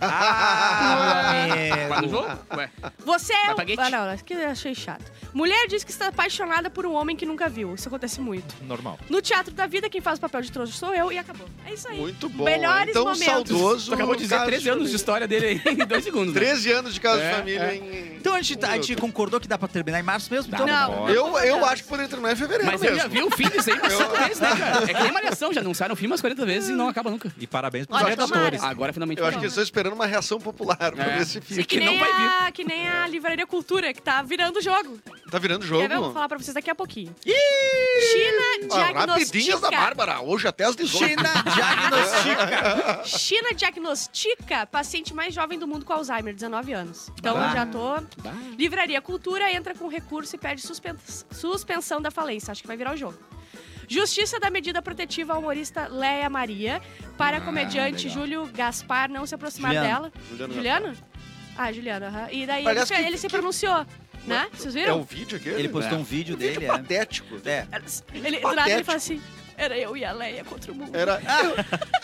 E: Ah, meu
D: Vai no
E: amigo.
D: jogo? Ué.
B: Você é.
D: Vai
B: o-
D: pra guete.
B: Ah, não, não, que eu achei chato. Mulher diz que está apaixonada por um homem que nunca viu. Isso acontece muito.
A: Normal.
B: No teatro da vida, quem faz o papel de trouxa sou eu e acabou. É isso aí.
C: Muito bom.
B: Melhores
C: então,
B: momentos.
C: saudoso.
D: Tu acabou de dizer
C: caso
D: 13 anos de
C: família.
D: história dele aí em 2 segundos. né?
C: 13 anos de caso
D: É,
C: de família
D: é.
C: em.
E: Então a gente,
B: tá,
E: a gente concordou que dá pra terminar em março mesmo? Então,
B: Não.
C: Eu, eu acho que poderia terminar em é fevereiro
D: Mas eu
C: mesmo.
D: já vi o fim disso aí por 5 vezes, né, cara? É que nem Malhação, já anunciaram o fim umas 40 vezes e não acaba nunca.
A: E parabéns pros
B: Olha, tomara.
A: redatores.
D: Agora finalmente
C: Eu acho que
D: vai.
C: eles estão esperando uma reação popular pra
D: então. É.
C: ver se
D: Sim.
C: fica.
B: Que
D: que não
B: nem,
D: vai
B: a, que nem a Livraria Cultura, que tá virando jogo.
C: Tá virando
B: Quer ver? Eu vou
C: jogo?
B: falar pra vocês daqui a pouquinho. China
C: Ah, rapidinhas da
B: diagnostica...
C: Bárbara, hoje até as 18.
E: China diagnostica.
B: China diagnostica paciente mais jovem do mundo com Alzheimer, 19 anos. Então
E: Bah.
B: eu já tô.
D: Bah.
B: Livraria Cultura entra com recurso e pede suspen- suspensão da falência. Acho que vai virar o jogo. Justiça da medida protetiva à humorista Leia Maria para
D: Ah,
B: comediante
D: legal.
B: Júlio Gaspar não se aproximar
E: Juliano.
B: dela.
C: Juliano
B: Juliano? Ah, Juliano, aham. E daí ele,
C: Aliás,
B: fe-
C: que-
B: ele se
C: que-
B: pronunciou, né? Vocês
C: É
B: viram?
C: um vídeo aqui?
E: Ele postou um vídeo dele, é.
C: patético.
E: É.
B: Ele, do nada ele fala assim: era eu e a Leia contra o mundo.
C: Era.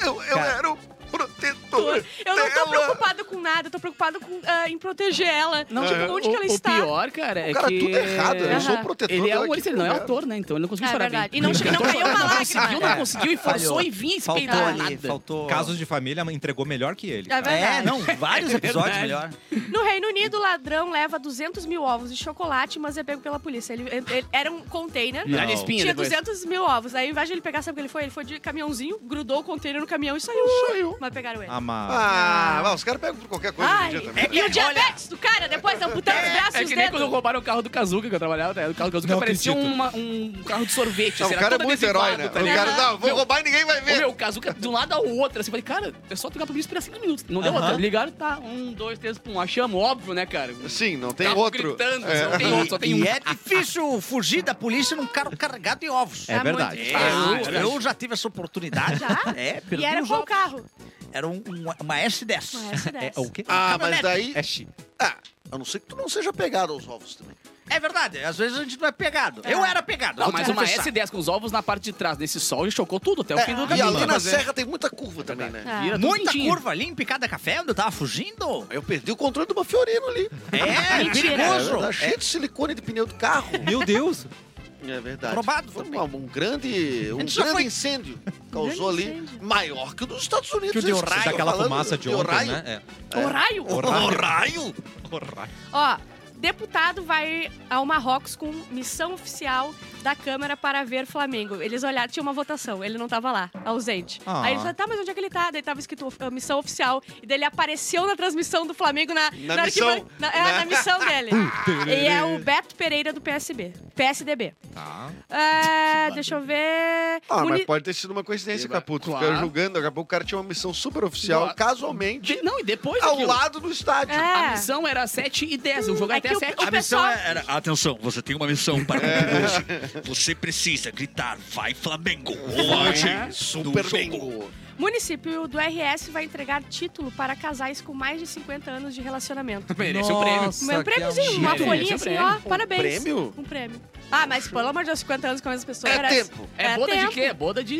C: Eu, eu, eu era o protetor.
B: Eu não tô
C: dela.
B: preocupado com nada, eu tô preocupado com, ah, em proteger ela.
D: Não,
B: tipo,
D: o-
B: onde que ela
D: o,
B: está?
D: pior, cara, é
C: Cara,
D: que...
C: tudo errado. Eu sou
B: Aham.
C: o protetor.
D: Ele é
C: dela
D: humorista,
C: que
D: ele não é
C: puder.
D: autor, né? Então ele não conseguiu
B: É
D: chorar
B: verdade. E
D: bem.
B: não, e não caiu uma
D: Não conseguiu,
B: lágrima.
D: não conseguiu e forçou
E: Falhou.
D: e vinha
E: Faltou
D: espeitar
E: ali,
D: nada.
E: faltou...
A: Casos de família entregou melhor que ele.
B: É verdade.
E: (laughs) É, não, vários episódios
D: É
E: melhor.
D: verdade.
B: No Reino Unido, o ladrão leva 200 mil ovos de chocolate, mas é pego pela polícia. Ele, ele- era um container.
D: Virar
A: Não.
D: de espinha
B: Tinha
D: depois.
B: 200 mil ovos. Aí, ao invés de ele pegar, sabe o que ele foi? Ele foi de caminhãozinho, grudou o container no caminhão e saiu.
C: Saiu.
B: Mas pegaram
D: Ah,
B: ele.
A: Amar.
C: Ah, mas os caras pegam por qualquer coisa hoje em
B: Ai,
C: dia também.
B: e o diabetes do cara, depois amputando os braços e
D: É
B: Assim, os
D: que nem
B: dedos.
D: quando roubaram o carro do Kazuca que eu trabalhava, né? O carro do Kazuca
A: Não
D: parecia
A: acredito.
D: uma- um carro de sorvete.
C: Não,
D: assim,
C: o
D: era
C: cara é
D: todo
C: muito herói, né?
D: adesivado,
C: O
D: tá ligado?
C: cara, não, vou
D: Meu,
C: roubar e ninguém vai
D: Ô,
C: ver.
D: meu, o Kazuca de um lado ao outro, assim, falei, cara, é só trocar pra polícia esperar 5 minutos. Não deu
E: Aham.
D: outra. Ligaram, tá, um, dois, três, pum, achamos, óbvio, né, cara?
C: Sim, não tem
D: Carro
C: outro.
D: gritando,
C: É.
D: só tem outro, só tem
E: e
D: um.
E: é difícil fugir da polícia num carro carregado de ovos.
A: É verdade.
E: É, eu, eu já tive essa oportunidade.
B: Já?
E: É, perdi
B: E era
E: os
B: qual
E: ovos.
B: carro?
E: Era um- um- uma S10.
B: Uma S10.
E: É, o quê?
C: Ah, mas
E: Caminhonete.
C: daí.
A: É chique.
C: Ah, a não ser que tu não seja pegado aos ovos também.
E: É verdade, às vezes a gente não é pegado. Eu era pegado.
D: Não,
E: vou
D: mas
E: te
D: uma
E: confessar.
D: S10 com os ovos na parte de trás desse sol e chocou tudo, até o fim do
C: e
D: caminho.
C: ali na
D: Mas é-
C: serra tem muita curva também, né?
B: Ah.
D: Vira tudo
E: Muita
D: pintinho.
E: curva ali em Picada Café, onde eu tava fugindo.
C: Eu perdi o controle do uma Fiorino ali.
E: É,
B: Mentira.
E: perigoso.
C: Tá cheio de silicone de pneu do carro.
A: Meu Deus.
C: É verdade.
E: Roubado
C: Foi
E: também.
C: uma- um grande, um
E: gente já
C: grande
E: foi-
C: incêndio. (laughs) Causou ali
B: grande incêndio.
C: maior que o dos Estados Unidos.
E: Que o de
C: isso você
E: Ohio.
C: tá
A: Daquela
C: falando,
A: fumaça de
C: o
A: ontem,
C: Ohio.
A: né? É.
B: O raio?
E: O raio.
B: Ó, deputado vai ao Marrocos com missão oficial da Câmara para ver Flamengo. Eles olharam, tinha uma votação, ele não tava lá, ausente.
A: Ah.
B: Aí eles falaram, tá, mas onde é que ele tá? Daí tava escrito uh, missão oficial, e daí ele apareceu na transmissão do Flamengo na,
C: Na
B: arquiban-
C: missão.
B: na- é,
C: (laughs)
B: na missão dele. e é o Beto Pereira do PSB, PSDB.
A: Tá.
B: É, deixa eu ver...
C: Ah, mas
B: Muni-
C: pode ter sido uma coincidência,
D: Eba,
C: Caputo.
D: claro.
C: Ficaram julgando, acabou o cara tinha uma missão super oficial,
D: Boa.
C: casualmente,
D: De- Não, e depois
C: ao
D: aquilo.
C: lado do estádio.
B: É.
D: A missão era 7 e 10, o jogo
B: É
D: era até
B: que o-
D: 7.
B: o
D: A
B: pessoal-
C: é-
G: era, atenção, você tem uma missão para cumprir hoje. Você precisa gritar, vai Flamengo, hoje,
C: Super bingo.
B: Município do RS vai entregar título para casais com mais de 50 anos de relacionamento.
D: Merece o prêmio.
A: Nossa,
B: Um
A: que
B: prêmiozinho,
A: alívio.
B: uma
D: Merece
B: folhinha
D: um
B: assim,
D: prêmio.
B: ó, parabéns.
C: prêmio?
B: Um prêmio. Ah, mas pelo amor de Deus, 50 anos com a mesma pessoa.
C: É
B: merece.
C: tempo.
D: É,
B: É
D: boda
B: tempo.
D: de quê? É boda de...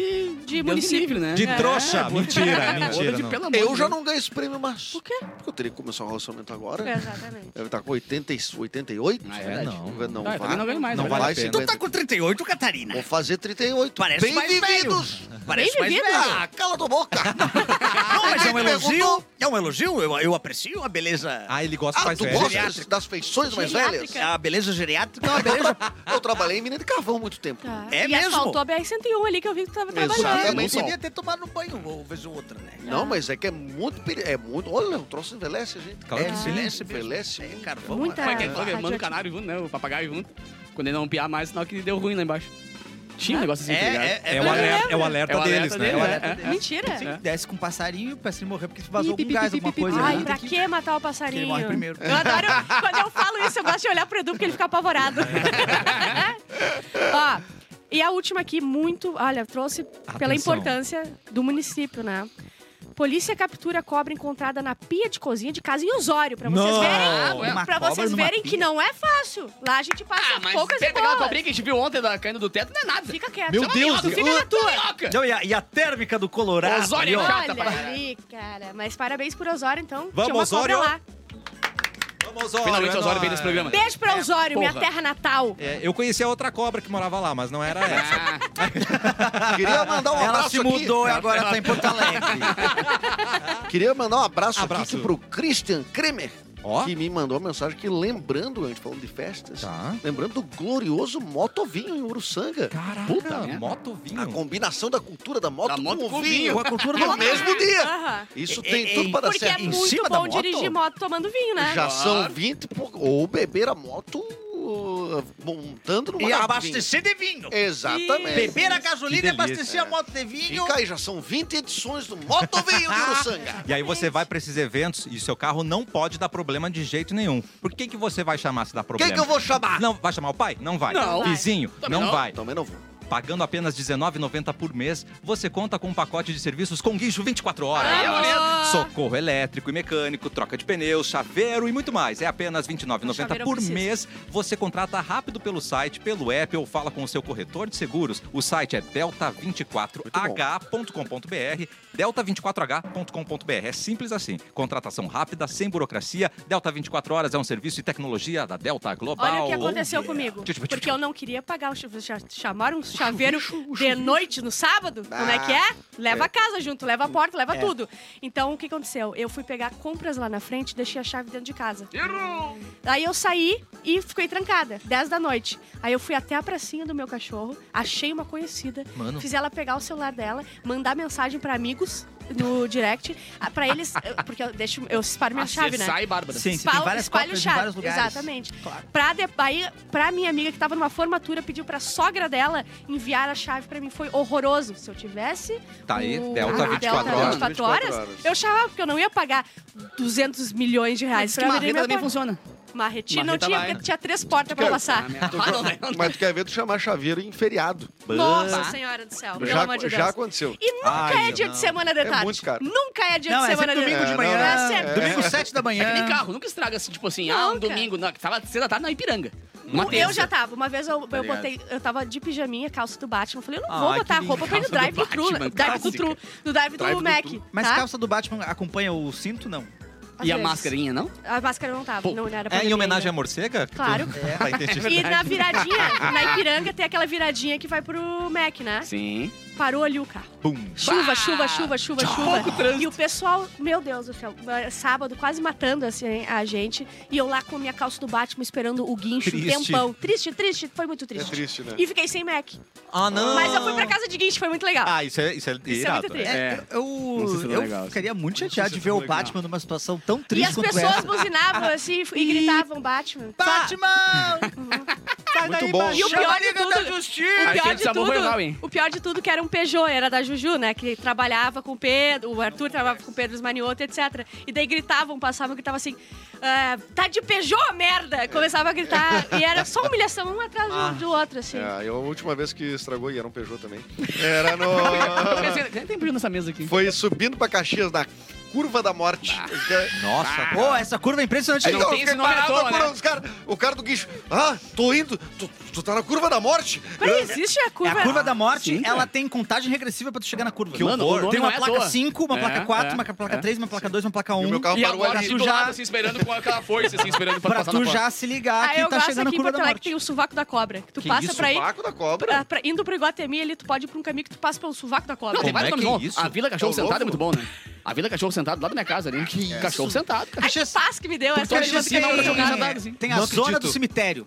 D: Deus
B: município.
D: me livre, né?
A: De
D: É,
A: trouxa.
D: boda- É
A: Mentira,
D: boda
A: mentira,
D: de
A: não.
D: pelo amor
C: Eu
D: de
C: já
D: Deus.
C: não ganho esse prêmio, mas.
B: Por quê? É.
C: Porque eu teria que começar um relacionamento agora.
B: Exatamente.
C: Deve estar com 80, e 88?
D: Ah, é
C: né?
D: verdade.
C: Não, não,
D: Ah,
C: vai.
D: eu também não ganho mais,
A: Não
D: né?
A: vale a
C: vai.
A: pena.
E: Tu tá
C: 50.
E: com 38, Catarina.
C: Vou fazer 38.
E: Parece mais velho.
C: Bem-vindos!
E: Parece
B: Bem
E: mais
B: vivido.
E: velho.
C: Ah, cala tua boca!
E: (laughs) Não, mas é um
C: Ninguém
E: elogio.
C: perguntou.
E: É um elogio. Eu, eu aprecio a beleza.
A: Ah, ele gosta
C: Ah,
A: mais
C: tu
A: velho.
C: gostas das feições mais velhas?
B: Geriátrica.
E: A beleza geriátrica é uma (laughs) beleza.
C: (laughs) Eu trabalhei em mina de carvão há muito tempo.
B: Tá.
E: É
B: e
E: mesmo?
B: asfaltou a BR-101 ali que eu vi que tu tava trabalhando.
C: Exatamente.
E: Também
C: Não só.
E: podia ter tomado um banho uma vez ou outra, né?
C: Não, mas é que é muito peri- É muito. Olha, o troço envelhece, gente.
A: Claro que
C: É,
A: sim.
C: Envelhece, envelhece.
E: É
C: muito.
E: carvão.
B: Muita-
E: né?
D: Como é que é? Coloca- Manda o
B: radioativo.
D: canário junto, né? O papagaio junto. Quando ele não piar mais, sinal que deu ruim lá embaixo. Tinha um negócio assim, tá ligado?
E: É, é,
A: É
E: é.
A: o alerta, é o alerta
D: É o alerta
A: deles, né?
D: dele,
A: É o
D: é.
A: alerta-
B: Mentira.
D: Sim.
E: Desce com um passarinho, o passarinho morreu porque vazou
D: Pi,
E: algum
D: pi,
E: gás,
D: pi, pi,
E: alguma
D: pi,
E: coisa.
D: pi,
E: né?
B: Ai,
D: pi,
E: Tem
B: pra
E: que-
B: que matar o passarinho?
E: Ele morre primeiro.
B: Eu adoro. quando eu falo isso, eu gosto de olhar pro Edu porque ele fica apavorado. Ó, e a última aqui, muito. Olha, trouxe pela
A: Atenção.
B: importância do município, né? Polícia captura cobra encontrada na pia de cozinha de casa em Osório, pra vocês
A: Não.
B: verem.
E: Uma
B: pra
E: cobra
B: vocês
E: numa
B: verem que
E: pia.
B: não é fácil. Lá a gente passa
D: Ah, mas
B: poucas e
D: pega aquela
B: boas.
D: cobrinha que a gente viu ontem da, caindo do teto, não é nada.
B: Fica quieto.
A: Meu
D: Isso é
A: Deus,
D: uma minhoca,
A: cara.
D: Fica na tua!
E: (laughs) Não, e a, e a térmica do Colorado.
D: Osório é
E: ali, ó.
D: chata pra
B: Olha
D: caralho.
B: ali, cara. Mas parabéns por Osório, então.
A: Vamos,
B: Tinha uma
A: Osório.
B: cobra lá.
A: Vamos, Osório.
D: Finalmente
A: é
D: o Osório
A: nóis.
D: veio nesse programa.
B: Beijo pra Osório, minha
D: porra.
B: terra natal.
A: É, eu conhecia outra cobra que morava lá, mas não era
C: (laughs)
A: essa.
D: Ah,
C: Queria mandar um
E: Ela
C: abraço
E: se mudou e
C: aqui.
E: agora tá em Porto Alegre.
C: Queria mandar um abraço,
A: Abraço.
C: aqui pro Christian Kremer,
A: Ó.
C: que me mandou uma mensagem que lembrando, a gente falando de festas,
A: Tá.
C: lembrando do glorioso Motovinho em Uruçanga. Tá
A: Puta,
B: É.
D: merda.
A: moto
C: A
A: vinho.
C: combinação da cultura da moto,
D: Da moto
C: com
D: com
C: o
D: o
C: vinho.
D: vinho.
E: Com a cultura do
C: No mesmo dia.
B: Aham.
C: Isso
E: Ei,
C: tem
E: ei,
C: tudo para dar
B: Porque é
C: Tá certo.
E: Em
B: muito
E: cima da
B: bom
E: moto?
B: dirigir moto tomando vinho, né?
C: Já
D: Claro.
C: são 20 e pouco. Ou beber a moto uh, montando numa
E: E
C: garrafinha.
E: abastecer de vinho.
D: É,
C: Exatamente.
E: Beber a gasolina e
A: delícia,
E: abastecer a moto de vinho.
C: Fica aí, já são 20 edições do Motovinho de
B: (laughs)
C: Uruçanga.
A: E aí você vai pra esses eventos e seu carro não pode dar problema de jeito nenhum. Por que que você vai chamar se dá problema?
C: Quem que eu vou chamar?
A: Não, vai chamar o pai? Não vai.
D: Não.
A: Vizinho?
D: Também
A: Não
D: não.
A: vai.
C: Também não vou.
A: Pagando apenas R$19,90 por mês, você conta com um pacote de serviços com guincho 24 horas.
B: Ah, bonito.
A: Socorro elétrico e mecânico, troca de pneus, chaveiro e muito mais. É apenas
B: O chaveiro
A: R$29,90
B: eu
A: por
B: preciso.
A: mês. Você contrata rápido pelo site, pelo app ou fala com o seu corretor de seguros. O site é delta24h.com.br, delta24h.com.br. É simples assim. Contratação rápida, sem burocracia. Delta 24 Horas é um serviço e tecnologia da Delta Global.
B: Olha o que aconteceu comigo.
A: Tchau, tchau, tchau,
B: Porque
A: tchau.
B: eu não queria pagar o chuveiro. Já Chamaram o um chaveiro de noite, no sábado. Como é que é? Leva a casa junto, leva a porta, leva tudo. Então, o que aconteceu? Eu fui pegar compras lá na frente, deixei a chave dentro de casa. Aí eu saí e fiquei trancada, 10 da noite. Aí eu fui até a pracinha do meu cachorro, achei uma conhecida,
A: Mano.
B: fiz ela pegar o celular dela, mandar mensagem pra amigos. no direct ah, pra eles. (laughs) eh, Porque eu, deixo, eu separo minha chave, né?
D: Sai, Bárbara.
E: Sim, você tem
B: Espalho,
E: várias
B: espalho
E: cópias em
B: chave.
E: vários lugares.
B: Exatamente.
E: Claro.
B: Pra, de, aí, pra minha amiga que tava numa formatura, pediu pra sogra dela enviar a chave pra mim. Foi horroroso. Se eu tivesse.
A: Tá aí,
B: o-
A: Delta
B: a
A: 24 horas.
B: 24 horas,
C: 24 horas.
B: Eu chamava, porque eu não ia pagar 200 milhões de reais
D: Mas
B: é pra
D: que
B: abrir
D: marreta
B: minha
D: também
B: porta.
D: funciona.
B: Marretinha não
D: Marreta
B: tinha,
D: vai.
B: porque tinha três portas pra
C: Cara,
B: passar.
D: Ah, não, não.
C: Mas tu quer ver tu chamar chaveiro em feriado.
B: Nossa Senhora do Céu, pelo
C: Já,
B: amor de
C: já
B: Deus.
C: aconteceu.
B: E nunca
G: Ai,
B: é dia
G: não.
B: de semana de
C: É
B: tarde.
C: muito caro.
B: Nunca é dia
E: Não,
B: de
E: é
B: semana de
E: sempre
B: tarde.
E: domingo de
C: não,
E: manhã.
B: é sempre.
E: Domingo, sete da manhã.
D: É Nem carro, nunca estraga assim, tipo assim, ah, um
B: Nunca.
D: domingo. Não, que tava cedo da tarde na Ipiranga. Uma
B: Não,
D: terça. Tá
B: eu já tava. Uma vez eu, eu
C: ligado.
B: botei. Eu tava de pijaminha, calça do Batman. Eu falei, eu não
E: Ai,
B: vou botar a
E: que
B: roupa pra ir no
D: Ah, lindo.
B: drive do
D: Calça do
B: True.
D: Batman,
B: Drive do
D: clássica.
B: True. Do drive
C: Drive
B: do
C: do
B: Mac.
C: True.
E: Mas
B: tá?
E: calça do Batman acompanha o cinto, não?
B: Às
D: E a
B: vezes.
D: mascarinha, não?
B: A máscara não tava.
D: Pô,
B: Não era pra
G: É em
B: beber né? É.
G: homenagem à
B: ainda.
G: morcega? Que tu- (laughs)
B: Claro.
A: (laughs)
G: Tá, entendi.
B: E na
G: (laughs)
B: viradinha, na Ipiranga, tem aquela viradinha que vai pro Mac, né?
D: Sim.
B: Parou ali o carro.
G: Pum.
B: Chuva,
D: Bah!
B: chuva, chuva, chuva,
D: Pouco
B: chuva. E o pessoal, meu Deus do céu, eh, sábado quase matando assim, a gente. E eu lá com a minha calça do Batman esperando o guincho um
G: Triste.
B: tempão. Triste, triste, foi muito
C: É
B: triste.
C: triste, né?
B: E fiquei sem Mac.
G: Ah, não.
B: Mas eu fui pra casa de guincho, foi muito legal.
G: Ah, isso é, isso é
B: Isso é
G: irado.
B: muito triste.
D: É.
E: Eu,
D: Não sei se tá
E: eu
D: legal,
E: ficaria muito chateado
C: se
E: de
C: tá
E: ver o
C: legal.
E: Batman numa situação tão
B: E
E: triste
B: as
E: quanto
B: pessoas
E: essa.
B: buzinavam
E: (laughs)
B: assim e gritavam Batman.
E: Batman! Sai
C: Muito
E: daí,
C: bom.
E: Batman!
B: E o pior de
E: Liga
B: tudo-
E: da Justiça!
B: O
D: Aí
B: pior,
D: quem
B: de
D: desabou foi o Raul,
B: tudo,
D: hein?
B: o pior de tudo que era um Peugeot, era da Juju, né? Que trabalhava com o Pedro, o Arthur trabalhava com o Pedro Esmanioto, etc. E daí gritavam, passavam, gritavam assim, "Ah, tá de Peugeot, merda! Começava a gritar, e era só humilhação um atrás do- do,
G: Ah.
B: outro, assim.
C: É, eu, a última vez que estragou, e era um Peugeot também, (laughs) era no...
D: Quem tem brilho nessa mesa aqui?
C: Foi subindo pra Caxias, na Curva da Morte.
G: Nossa, cara.
E: Pô, essa curva é impressionante.
C: Aí
D: Ah. não
C: eu
D: tem
C: fiquei
D: esse nome à
C: parado
D: toa,
C: procurando
D: né?
C: os cara- o cara do guincho. Ah, tô indo. Tu, tu tá na curva da morte?
B: Peraí, existe a
E: É
B: curva...
E: a curva da morte,
D: Sim, cara.
E: ela tem contagem regressiva pra tu chegar na curva.
D: Que Mano, horror. o nome
E: tem uma
D: não é à
E: placa
D: toa.
E: 5, uma
D: É,
E: placa 4,
D: é,
E: uma placa
D: é.
E: 3, uma placa 2, uma placa
C: E o
E: 1.
C: meu carro
D: E
C: parou
D: agora
C: ali.
D: assim, do lado, assim, esperando com aquela força, assim, esperando pra,
E: Pra
D: passar
E: tu
D: na porta.
E: já se ligar
B: Ah,
E: que
B: eu
E: tá
B: gosto aqui
E: chegando a
B: em
E: curva
B: Porto
E: da
B: Alegre
E: morte.
B: tem o sovaco da cobra. Que tu
C: Que
B: passa
C: isso,
B: pra ir...
C: Paco da cobra?
B: pra- pra- indo pro Iguatemi ali, tu pode ir pra um caminho que tu passa pelo sovaco da cobra.
D: Não, tem
G: Como
D: vários
G: é que
D: nomes
G: é
D: bons.
G: isso?
D: A Vila Cachorro
C: Tá
D: Sentado é
C: louco?
D: muito bom, né? A Vila Cachorro Sentado, do lado da minha casa ali. Cachorro Sentado, cara.
B: Ai, que paz que me deu essa.
D: Caxias
B: eu
D: tem-
B: fiquei-
D: Não, cachorro jogado, assim.
E: Tem a
G: Não
E: zona
G: acredito.
E: do cemitério.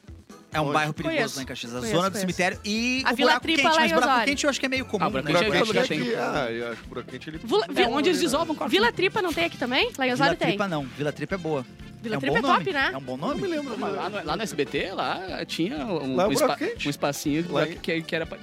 E: É um
C: Onde?
E: bairro perigoso
B: Conheço.
E: lá em Caxias. A
B: Conheço,
E: zona do
B: conheço.
E: cemitério e
B: A
E: o
B: Vila
E: buraco
B: Tripa
E: quente,
B: lá
E: mas
B: em
E: buraco
B: Osório.
E: quente eu acho que é meio comum,
D: Ah, buraco
E: né?
D: quente
C: Buraco
D: todo lugar
C: quente,
D: tem.
C: Ah, eu acho que buraco quente ele...
B: Vula-
D: É onde eles desopam corpos.
B: Vila Tripa não tem aqui também? Lá em
E: Vila
B: Osório tem.
E: Tripa não. Vila Tripa é boa.
B: Vila
E: é um
B: Tripa
E: bom
B: é
E: nome.
B: top, né?
E: É um bom nome? me lembro.
D: Mas Lá no, lá no SBT, lá tinha um,
C: Lá é o
D: um
C: buraco quente.
D: um espacinho
C: Lá é Ah,
D: que- que, que era pra...